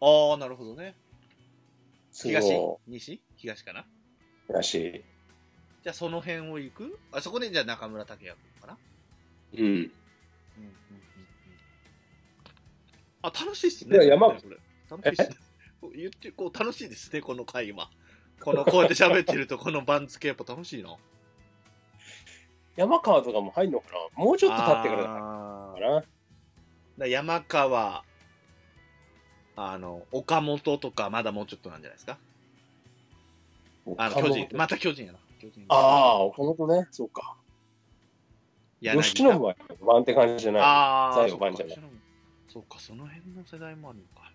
Speaker 3: ああ、なるほどね。
Speaker 1: 筒香
Speaker 3: 東西東かな
Speaker 1: 東。
Speaker 3: じゃあその辺を行くあそこでじゃあ中村拓也君かな
Speaker 1: うん。
Speaker 3: うんうんうんうん。あ、楽しいっすね。
Speaker 1: いや山
Speaker 3: これ楽しいっすね。こう 言って、こう楽しいですね、この会話。この、こうやって喋ってると、この番付やっぱ楽しいな。
Speaker 1: 山川とかも入るのかなもうちょっと経ってからだ
Speaker 3: あ
Speaker 1: か
Speaker 3: ー
Speaker 1: ら。
Speaker 3: だ山川、あの、岡本とか、まだもうちょっとなんじゃないですかあの、巨人。また巨人やな。巨人。
Speaker 1: ああ、岡本ね。そうか。
Speaker 3: 柳田
Speaker 1: 吉野は4番って感じじゃない。
Speaker 3: ああ、
Speaker 1: 最後番じゃない
Speaker 3: そうかそうか、その辺の世代もあるのか。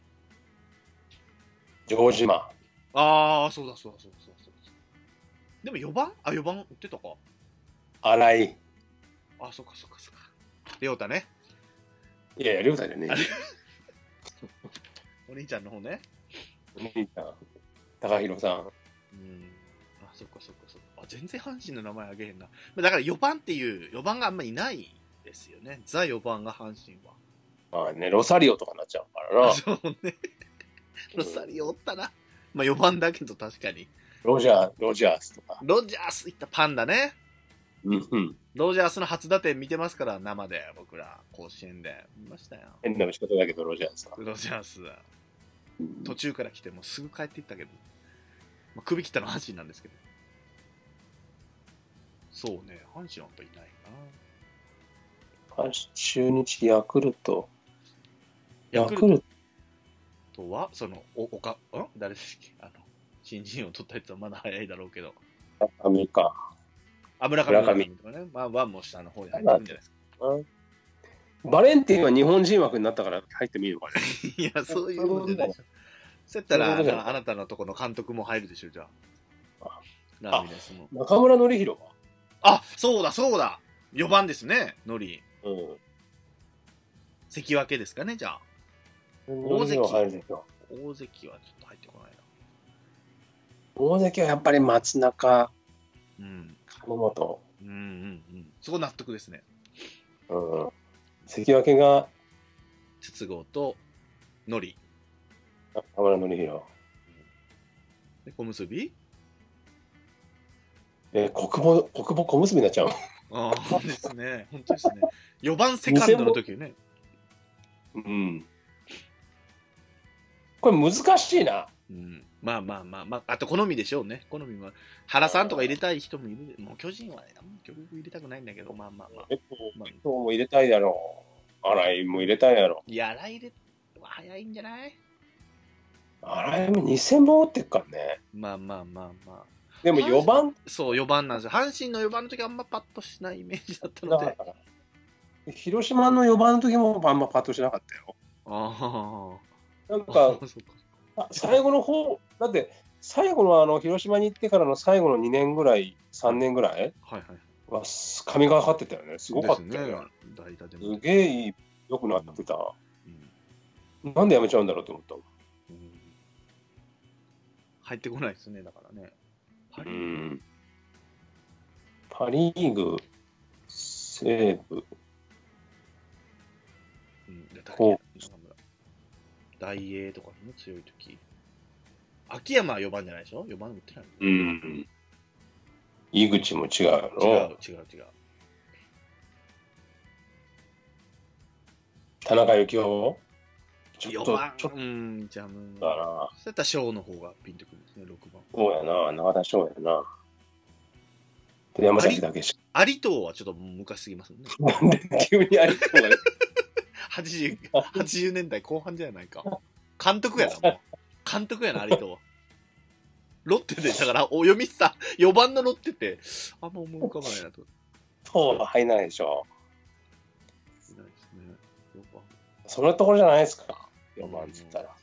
Speaker 1: 城島。
Speaker 3: ああ、そうだ、そうだ、そうだ、そうだ。そうだでも4番あ、4番打ってたか。
Speaker 1: 新井。
Speaker 3: あ、そうか、そうか、そうか。りょうたね。
Speaker 1: いやいや、りょうたじゃねえよ。
Speaker 3: お兄ちゃんの方ね。
Speaker 1: お兄ちゃん。高弘さん。
Speaker 3: うん。あ、そっか、そっか、そっか。あ、全然阪神の名前あげへんな。だから4番っていう、4番があんまいないですよね。ザ4番が阪神は。
Speaker 1: まあね、ロサリオとかになっちゃうから
Speaker 3: あ、
Speaker 1: な。
Speaker 3: そうね。ロサリオおったな。まあ4番だけど確かに。
Speaker 1: ロジャー、ロジャースとか。
Speaker 3: ロジャースいったパンダね。
Speaker 1: うんうん。
Speaker 3: ロジャースの初打点見てますから、生で、僕ら、甲子園で。見ましたよ。
Speaker 1: 変な打ち方だけど、ロジャースは。
Speaker 3: ロジャース、途中から来て、もうすぐ帰っていったけど、まあ、首切ったのは阪神なんですけど。そうね、阪神はやっぱいない
Speaker 1: 中日、ヤクルト。
Speaker 3: な。
Speaker 1: ヤクルト。
Speaker 3: トは、その、お、おか、ん誰ですっけあの、新人を取ったやつはまだ早いだろうけど、
Speaker 1: アメリカ。
Speaker 3: あ、村上
Speaker 1: 村上
Speaker 3: とかね、まあ、ワンも下の方に入ってるんじゃないですか。
Speaker 1: バレンティンは日本人枠になったから入ってもいいのかね。
Speaker 3: いや、そういうもんじゃないでしょ。そうやったら、
Speaker 1: な
Speaker 3: あ
Speaker 1: るほど
Speaker 3: のあなたのとこの監督も入るでしょ、じゃあ
Speaker 1: あ。
Speaker 3: ラミレスも。
Speaker 1: 中村典弘か。
Speaker 3: あ、そうだ、そうだ !4 番ですね、ノリ。
Speaker 1: うん。
Speaker 3: 関脇ですかね、じゃあ。
Speaker 1: 大
Speaker 3: 関
Speaker 1: 関入るでしょ。
Speaker 3: 大関はちょっと入ってこないな。
Speaker 1: 大関はやっぱり松中、
Speaker 3: うん。
Speaker 1: 金本。
Speaker 3: うんうんうん。そこ納得ですね。
Speaker 1: うん。関脇が
Speaker 3: 筒香とノリ。
Speaker 1: 中村典弘。
Speaker 3: で、小結び
Speaker 1: えー、国母、国母小結びになっちゃう。
Speaker 3: ああ、そうですね。本当ですね。4番セカンドの時ね。
Speaker 1: うん。これ難しいな。
Speaker 3: うん、まあまあまあまあ、あと好みでしょうね。好みは。原さんとか入れたい人もいる。もう巨人はね、あんま巨人入れたくないんだけど、まあまあまあ。
Speaker 1: えっと、
Speaker 3: まあ、
Speaker 1: 今日も入れたいだろう。新井も入れたいだろ。
Speaker 3: いや荒井入れ、早いんじゃないう
Speaker 1: 新井も2000本打ってっからね。
Speaker 3: まあまあまあまあ。
Speaker 1: でも4番
Speaker 3: そう、4番なんですよ。阪神の4番の時あんまパッとしないイメージだった
Speaker 1: だ
Speaker 3: の
Speaker 1: か
Speaker 3: で。
Speaker 1: ら。広島の4番の時もあんまパッとしなかったよ。
Speaker 3: あ
Speaker 1: なん
Speaker 3: あ。
Speaker 1: か
Speaker 3: そうか
Speaker 1: あ最後の方、だって最後のあの広島に行ってからの最後の2年ぐらい、3年ぐらい
Speaker 3: はいはい。
Speaker 1: はす神がかってたよね。すごかったよね。
Speaker 3: ですね。代打ですも。
Speaker 1: げえいい良くなってた。
Speaker 3: うん
Speaker 1: なんでやめちゃうんだろうと思ったもん。
Speaker 3: うん入ってこないですね、だからね。パリ
Speaker 1: うんパ・リーグ、西武、
Speaker 3: うん、で
Speaker 1: こ
Speaker 3: 中村大英とかの強い時秋山は4番じゃないでしょ ?4 番持ってない
Speaker 1: うん、井口も違うや
Speaker 3: 違
Speaker 1: ろ、
Speaker 3: う違う違う。
Speaker 1: 田中幸雄ちょっ
Speaker 3: 4
Speaker 1: と
Speaker 3: 番、
Speaker 1: ちょっ
Speaker 3: うん、じゃあもう
Speaker 1: とだな、
Speaker 3: そうやったら翔の方がピンとくるんですね、6番。
Speaker 1: そうやな、中田翔やな。で山崎だけし
Speaker 3: 有藤はちょっと昔すぎますもんね。
Speaker 1: か。なんで 急にありそうが
Speaker 3: 80, 80年代後半じゃないか。監督やな、もう。監督やな、有藤は。ロッテで、だから、お読みした、4番のロッテって、あんま思い浮かばないなと。
Speaker 1: そうは入らないでしょ。
Speaker 3: いないですね。4番。
Speaker 1: そのところじゃないですか、4番っつったら。
Speaker 3: うんうん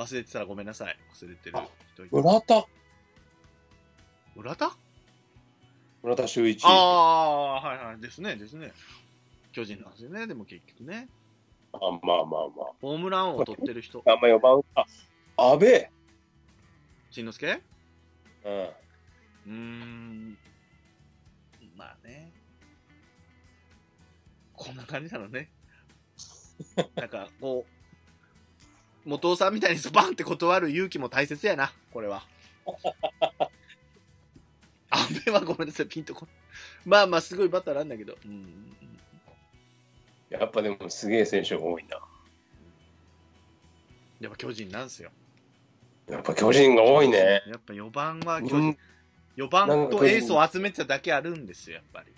Speaker 3: 忘れてたらごめんなさい。忘れてる
Speaker 1: あ
Speaker 3: 人い
Speaker 1: 村田、
Speaker 3: 村田
Speaker 1: 村田修一
Speaker 3: あ。あ、はいはい。ですね、ですね。巨人なんですよね、でも結局ね。
Speaker 1: あまあまあま
Speaker 3: ホームランを取ってる人。
Speaker 1: あ。あんま4番、あ阿部。
Speaker 3: しんのすけ
Speaker 1: うん
Speaker 3: うーん。まあね。こんな感じな のね。なんか、こう、元尾さんみたいにスパンって断る勇気も大切やな、これは。あべはごめんなさい、ピンとこないまあまあ、すごいバッターなんだけど。うんうんうん
Speaker 1: やっぱでもすげえ選手が多いな。
Speaker 3: やっぱ巨人なんですよ。
Speaker 1: やっぱ巨人が多いね。
Speaker 3: やっぱ4番は
Speaker 1: う
Speaker 3: 巨人
Speaker 1: ん、、
Speaker 3: 4番
Speaker 1: なんか巨
Speaker 3: と
Speaker 1: 人
Speaker 3: エースを集めてただけあるんですよ、やっぱり。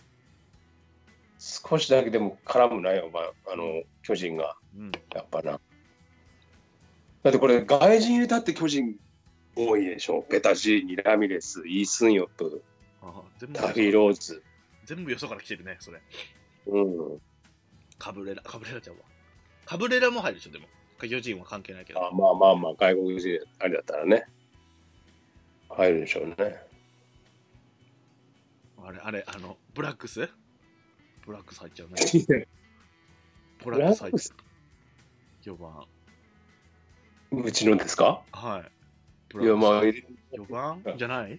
Speaker 1: 少しだけでも絡むなよ、まあ、あの巨人が、
Speaker 3: うん。
Speaker 1: やっぱな。だってこれ、外人入れたって巨人多いでしょ。ペタジーニ、ラミレス、イ・スンヨプ、
Speaker 3: あ全部
Speaker 1: タフィー・ローズ。
Speaker 3: 全部よそから来てるね、それ。
Speaker 1: うん。
Speaker 3: カブレラ、カブレラちゃうわ。カブレラも入るでしょ、でも。巨人は関係ないけど。
Speaker 1: あまあまあまあ、外国人あれだったらね。入るでし ょうね。
Speaker 3: あれ、あれ、あの、ブラックスブラックス入っちゃうね。ブ
Speaker 1: ブ
Speaker 3: ラッ
Speaker 1: ラ
Speaker 3: クス入
Speaker 1: ッ
Speaker 3: っ
Speaker 1: ク
Speaker 3: ち
Speaker 1: ス
Speaker 3: ゃう。4番。
Speaker 1: うちのですか
Speaker 3: はい。ブ
Speaker 1: いや、まあ、
Speaker 3: ラッ
Speaker 1: 入
Speaker 3: ク
Speaker 1: れ
Speaker 3: ス4番じゃない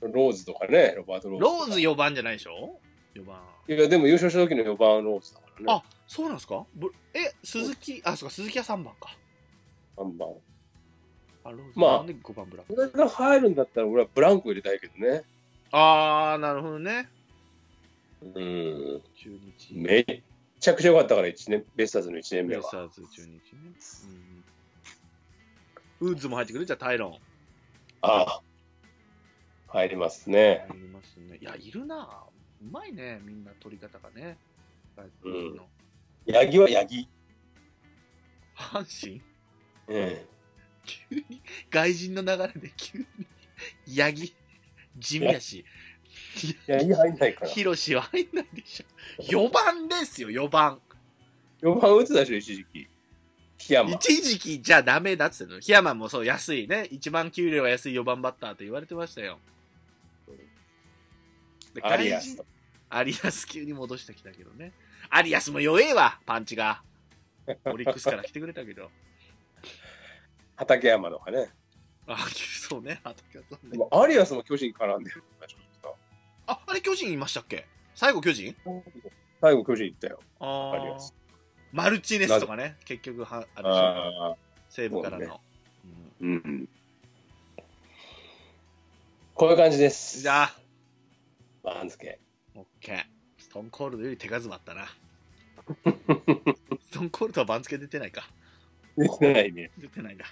Speaker 1: ローズとかね、ロバート・ローズとか。
Speaker 3: ローズ4番じゃないでしょ ?4 番。
Speaker 1: いや、でも優勝した時の4番ローズだからね。
Speaker 3: あ、そうなんですかぶえ、鈴木、あ、そうか、鈴木は3番か。
Speaker 1: 3番。
Speaker 3: あ、ローズ
Speaker 1: まあ
Speaker 3: なんで5番ブラック
Speaker 1: それが入るんだったら俺はブランコ入れたいけどね。
Speaker 3: あー、なるほどね。
Speaker 1: うん。
Speaker 3: 中日。
Speaker 1: めっちゃくちゃ良かったから、一年ベイスターズの1年目
Speaker 3: ベイ
Speaker 1: は
Speaker 3: ス。ターズ中日ね。うん。ウッズも入ってくるじゃあ、タイロン。
Speaker 1: ああ。入りますね。
Speaker 3: ありますね。いや、いるな。うまいね、みんな取り方がね。外国人の
Speaker 1: ヤギはヤギ。
Speaker 3: 阪神
Speaker 1: うん。
Speaker 3: 急に、外人の流れで急に、八木、地味やし、
Speaker 1: ヤギ入んないから。
Speaker 3: ヒロシは入んないでしょ。4番ですよ、4番。
Speaker 1: 4番打つだし、一時期。檜山。
Speaker 3: 一時期じゃダメだっつってんの。檜山もそう、安いね。一番給料が安い4番バッターと言われてましたよ。で
Speaker 1: アリアス
Speaker 3: 外人。アリアス級に戻してきたけどね。アリアスも弱えわ、パンチが。オリックスから来てくれたけど。
Speaker 1: 畠山とかね。
Speaker 3: あ、 そうね、畑さん
Speaker 1: で
Speaker 3: ね。
Speaker 1: もアリアスも巨人絡んでる。
Speaker 3: あ、あれ巨人いましたっけ最後巨人
Speaker 1: 最後巨人行ったよ。
Speaker 3: あ
Speaker 1: アリア
Speaker 3: ー
Speaker 1: ス。
Speaker 3: マルチネスとかね、結局は、あれでしょ
Speaker 1: ああ、
Speaker 3: 西武からの。
Speaker 1: そう
Speaker 3: う
Speaker 1: う
Speaker 3: ん
Speaker 1: ん。こういう感じです。
Speaker 3: じゃあ、
Speaker 1: 番付。
Speaker 3: オッケー。ストーンコールドより手数だったな。ストーンコールドは番付出てないか。
Speaker 1: 出てないね。
Speaker 3: 出てないんだ。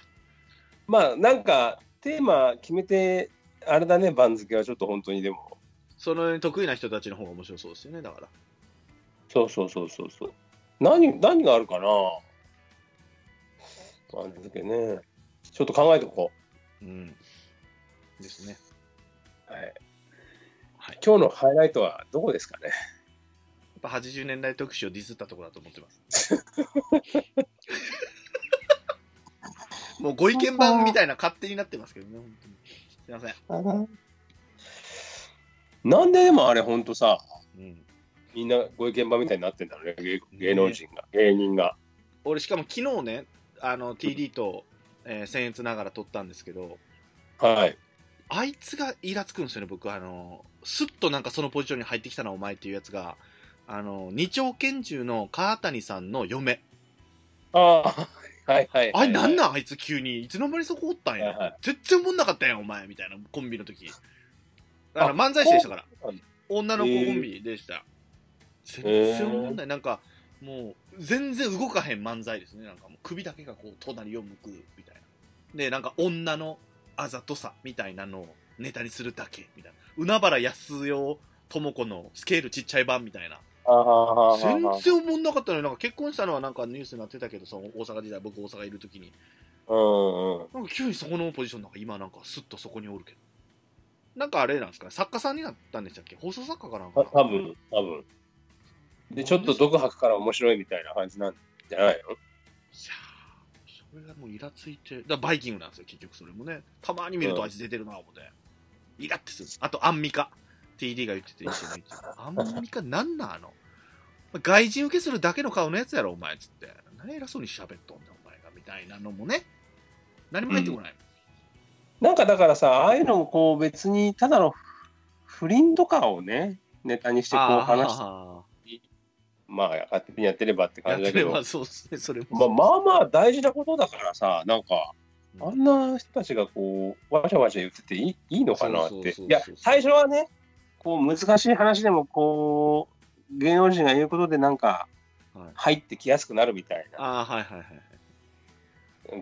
Speaker 1: まあ、なんか、テーマ決めて、あれだね、番付はちょっと本当にでも。
Speaker 3: その得意な人たちの方が面白そうですよね、だから。
Speaker 1: そうそうそうそうそう。何、何があるかな番付ね。ちょっと考えておこ
Speaker 3: うん。ですね。
Speaker 1: う。はい。
Speaker 3: はい。
Speaker 1: 今日のハイライトはどこですかね
Speaker 3: やっぱ80年代特集をディスったところだと思ってます。もうご意見番みたいな勝手になってますけどね、本当に。すいません。
Speaker 1: なんででもあれほんとさ、
Speaker 3: うん、
Speaker 1: みんなご意見番みたいになってんだろうね、芸芸能人が、芸人が。
Speaker 3: 俺、しかも昨日ね、あの TD と、えー、僭越ながら撮ったんですけど、
Speaker 1: はい。
Speaker 3: あいつがイラつくんですよね、僕。あの、スッとなんかそのポジションに入ってきたのはお前っていうやつが、あの、二丁拳銃の川谷さんの嫁。
Speaker 1: ああ、はいはい。
Speaker 3: あれなん
Speaker 1: ん
Speaker 3: なんあいつ急に。いつの間にそこおった
Speaker 1: は
Speaker 3: ん
Speaker 1: いは
Speaker 3: や。全然おもんなかったやん、お前。みたいな、コンビの時。あの、漫才師でしたから
Speaker 1: こうなんだ。
Speaker 3: 女の子コンビでした。全然おもんない。なんか、もう、全然動かへん漫才ですね。なんかもう首だけがこう、隣を向く、みたいな。で、なんか女のあざとさ、みたいなのをネタにするだけ、みたいな。海原康代智子のスケールちっちゃい版みたいな。
Speaker 1: あ
Speaker 3: 全
Speaker 1: あ、
Speaker 3: 然おもんなかったのに、なんか結婚したのはなんかニュースになってたけど、その大阪時代、僕大阪いる時に。
Speaker 1: うんうん。
Speaker 3: なんか急にそこのポジションなんか今なんかスッとそこにおるけど。なんかあれなんですか作家さんになったんでしたっけ放送作家かなん
Speaker 1: た
Speaker 3: か
Speaker 1: 多分多分で、ちょっと独白から面白いみたいな感じなんじゃないの
Speaker 3: いやーそれがもうイラついて。だからバイキングなんですよ、結局それもね。たまに見ると
Speaker 1: うん
Speaker 3: あいつ出てるな、思って。イラってする。あと、アンミカ。TD が言ってて一緒に言ってたアンミカなんなんあの。外人受けするだけの顔のやつやろ、お前、つって。何偉そうに喋っとんねん、お前が。みたいなのもね。何も入ってこない。
Speaker 1: なんかだからさ、ああいうのもこう別にただの不倫とかをね、ネタにしてこう話して、
Speaker 3: あ
Speaker 1: まあ勝手にやってればって
Speaker 3: ーや
Speaker 1: 感じ
Speaker 3: っ
Speaker 1: だ
Speaker 3: て
Speaker 1: け
Speaker 3: れ
Speaker 1: ど、
Speaker 3: ばそうですね、それ
Speaker 1: まあ、
Speaker 3: も。
Speaker 1: まあまあ大事なことだからさ、なんか、
Speaker 3: うん
Speaker 1: あんな人たちがこう、わちゃわちゃ言ってていいいいのかなっ
Speaker 3: そうそう
Speaker 1: て。
Speaker 3: そうそう
Speaker 1: いや、最初はね、こう、難しい話でも、こう、芸能人が言うことで、なんか
Speaker 3: はい、
Speaker 1: 入ってきやすくなるみたいな、
Speaker 3: ああ、はいはいはい。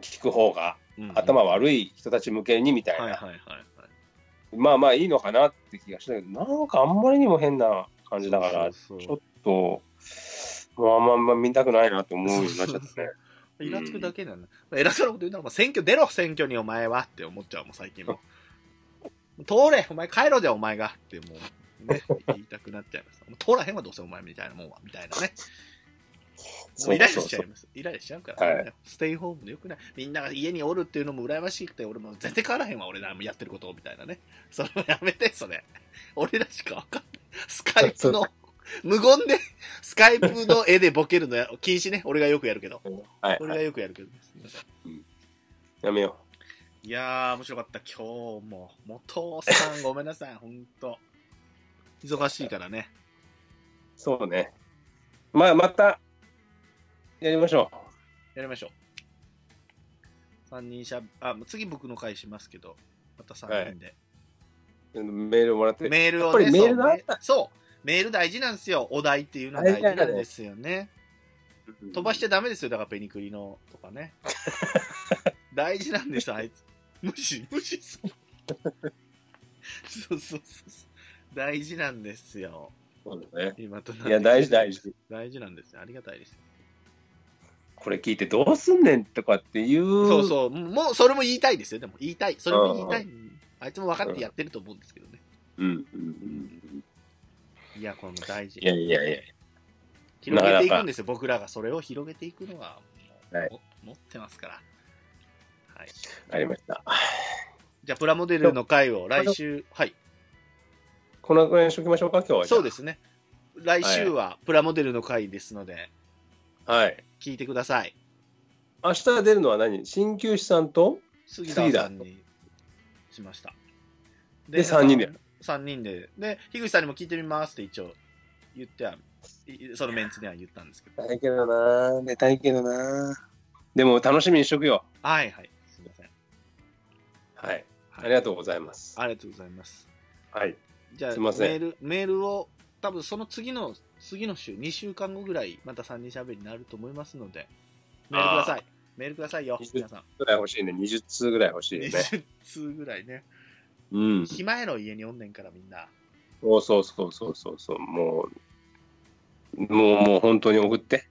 Speaker 1: 聞く方が、
Speaker 3: うんうん
Speaker 1: 頭悪い人たち向けにみたい
Speaker 3: はいはい
Speaker 1: な、
Speaker 3: はいはい。
Speaker 1: まあまあいいのかなって気がしたけど、なんかあんまりにも変な感じだから、ち
Speaker 3: そうそう
Speaker 1: ょ
Speaker 3: そ
Speaker 1: っと、まあまあまあ見たくないなと思うようになっちゃっ
Speaker 3: そうそ
Speaker 1: たね。
Speaker 3: うイラつくだけなんだ。偉そうなこと言うなら、もう選挙出ろ、選挙にお前はって思っちゃうもん、最近 も。通れ、お前帰ろじゃ、お前がって、もう、ね、 言いたくなっちゃいます。もう通らへんわ、どうせお前みたいなもんは、みたいな ね。もうイライラしちゃいます。イライラしちゃうから、
Speaker 1: は
Speaker 3: ステイホームでよくない。みんなが家におるっていうのも羨ましくて、俺もう全然変わらへんわ、俺らもやってることみたいなね。それはやめて、それ。俺らしかわかんない。スカイプ の、無言で、スカイプの絵でボケるのや禁止ね。俺がよくやるけど。
Speaker 1: はい、
Speaker 3: 俺
Speaker 1: は
Speaker 3: が
Speaker 1: い、
Speaker 3: よくやるけどね。すいません
Speaker 1: やめよ
Speaker 3: いやー、面白かった。今日も。元さん、ごめんなさい。ほんと。忙しいからね。
Speaker 1: う。そうね。まあ、また、やりましょう。
Speaker 3: やりましょう。3人しゃ、あ、次僕の回しますけど、また3人で。
Speaker 1: メールもらって。
Speaker 3: メール
Speaker 1: やっ
Speaker 3: を
Speaker 1: ぱ
Speaker 3: ね、
Speaker 1: りメールがあっ
Speaker 3: そうそう。メール大事なんですよ。お題っていうのは大
Speaker 1: 大
Speaker 3: 事
Speaker 1: 事
Speaker 3: な
Speaker 1: だね
Speaker 3: んですよね。飛ばしちゃダメですよ。だからペニクリのとか ね。大事なんです、あいつ。無視、無視する。そうそうそうそう。大事なんですよ。
Speaker 1: そうだね。
Speaker 3: 今となって
Speaker 1: いや、大事、大。事。
Speaker 3: 大事なんですよ。ありがたいですよ。
Speaker 1: これ聞いてどうすんねんとかっていう。
Speaker 3: そうそう。もう、それも言いたいですよ。でも、言いたい。それも言いたい。あいつも分かってやってると思うんですけどね。
Speaker 1: うん。うん。うん。
Speaker 3: いや、これも大事
Speaker 1: い。やいやいや。
Speaker 3: 広げていくんですよ。僕らがそれを広げていくのが、
Speaker 1: はい
Speaker 3: も持ってますから。はい。
Speaker 1: ありました。
Speaker 3: じゃあ、プラモデルの回を来週、はい。
Speaker 1: このぐらいにしときましょうか、今日は。。
Speaker 3: そうですすね。来週はプラモデルの回ですので、
Speaker 1: はい。
Speaker 3: 聞いてください。
Speaker 1: 明日出るのは何鍼灸師さんと
Speaker 3: 杉田さんにしました。
Speaker 1: で三人でやる。
Speaker 3: 3人で。で、樋口さんにも聞いてみますって一応言っては、いそのメンツでは言ったんですけど。
Speaker 1: 出たいけどな出たいけどなでも楽しみにしとくよ。
Speaker 3: はいはい。すみません。
Speaker 1: はい。
Speaker 3: はい
Speaker 1: ありがとうございます。
Speaker 3: ありがとうございます。
Speaker 1: はい。
Speaker 3: じゃあ、
Speaker 1: すいません
Speaker 3: メール、メールを、多分その次の、次の週、2週間後ぐらい、また3人喋りになると思いますので、メールください。メールくださいよ、皆さん。
Speaker 1: ぐらい欲しいね。20通ぐらい欲しいね。
Speaker 3: 20通ぐらいね。
Speaker 1: うん。
Speaker 3: 暇やろ、家におんねんから、みんな。
Speaker 1: そうそうそうそうそうそう。もう、もう、もう本当に送って。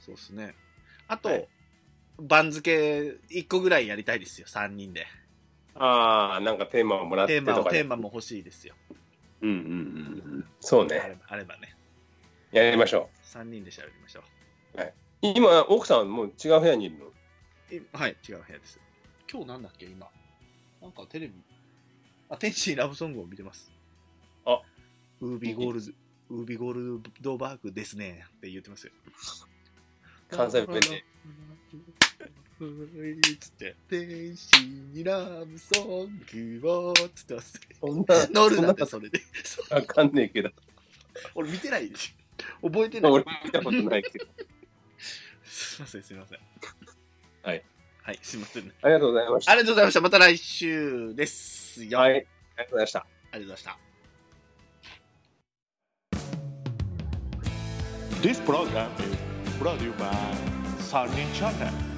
Speaker 3: そうですね。あと、
Speaker 1: はい
Speaker 3: 番付1個ぐらいやりたいですよ、3人で。
Speaker 1: ああ、なんかテーマをもらって
Speaker 3: テー
Speaker 1: とか
Speaker 3: マを、
Speaker 1: ね
Speaker 3: テーマも欲しいですよ。
Speaker 1: うんうんうんうん。そう
Speaker 3: あ
Speaker 1: ね。
Speaker 3: ればあればね。
Speaker 1: やりましょ
Speaker 3: 3人で喋りましょう
Speaker 1: う。今、奥さんはもう違う部屋にいるの。
Speaker 3: えはい、違う部屋です。今日なんだっけ、今。なんかテレビ。あ、天使にラブソングを見てます。
Speaker 1: あ
Speaker 3: ウービーゴールズ、ウービーゴールドバーグですね。って言ってますよ。
Speaker 1: 関西弁で。
Speaker 3: つって、天使にラブソングをつってます。
Speaker 1: そんな、
Speaker 3: 乗るなって、
Speaker 1: そ
Speaker 3: それで。そうん
Speaker 1: なわかんねえけど。
Speaker 3: 俺見てないでしょ覚えてない。
Speaker 1: 俺も見たことないけ ど。
Speaker 3: すいません、すいません。
Speaker 1: はい。
Speaker 3: はい、すいませんね。
Speaker 1: ありがとうございまし
Speaker 3: ありがとうございました。また来週です
Speaker 1: た。
Speaker 3: よ。
Speaker 1: はい。あ
Speaker 3: あり
Speaker 1: りがとうございました。
Speaker 3: がとうございました。
Speaker 2: This program is brought to you by Sunny Channel.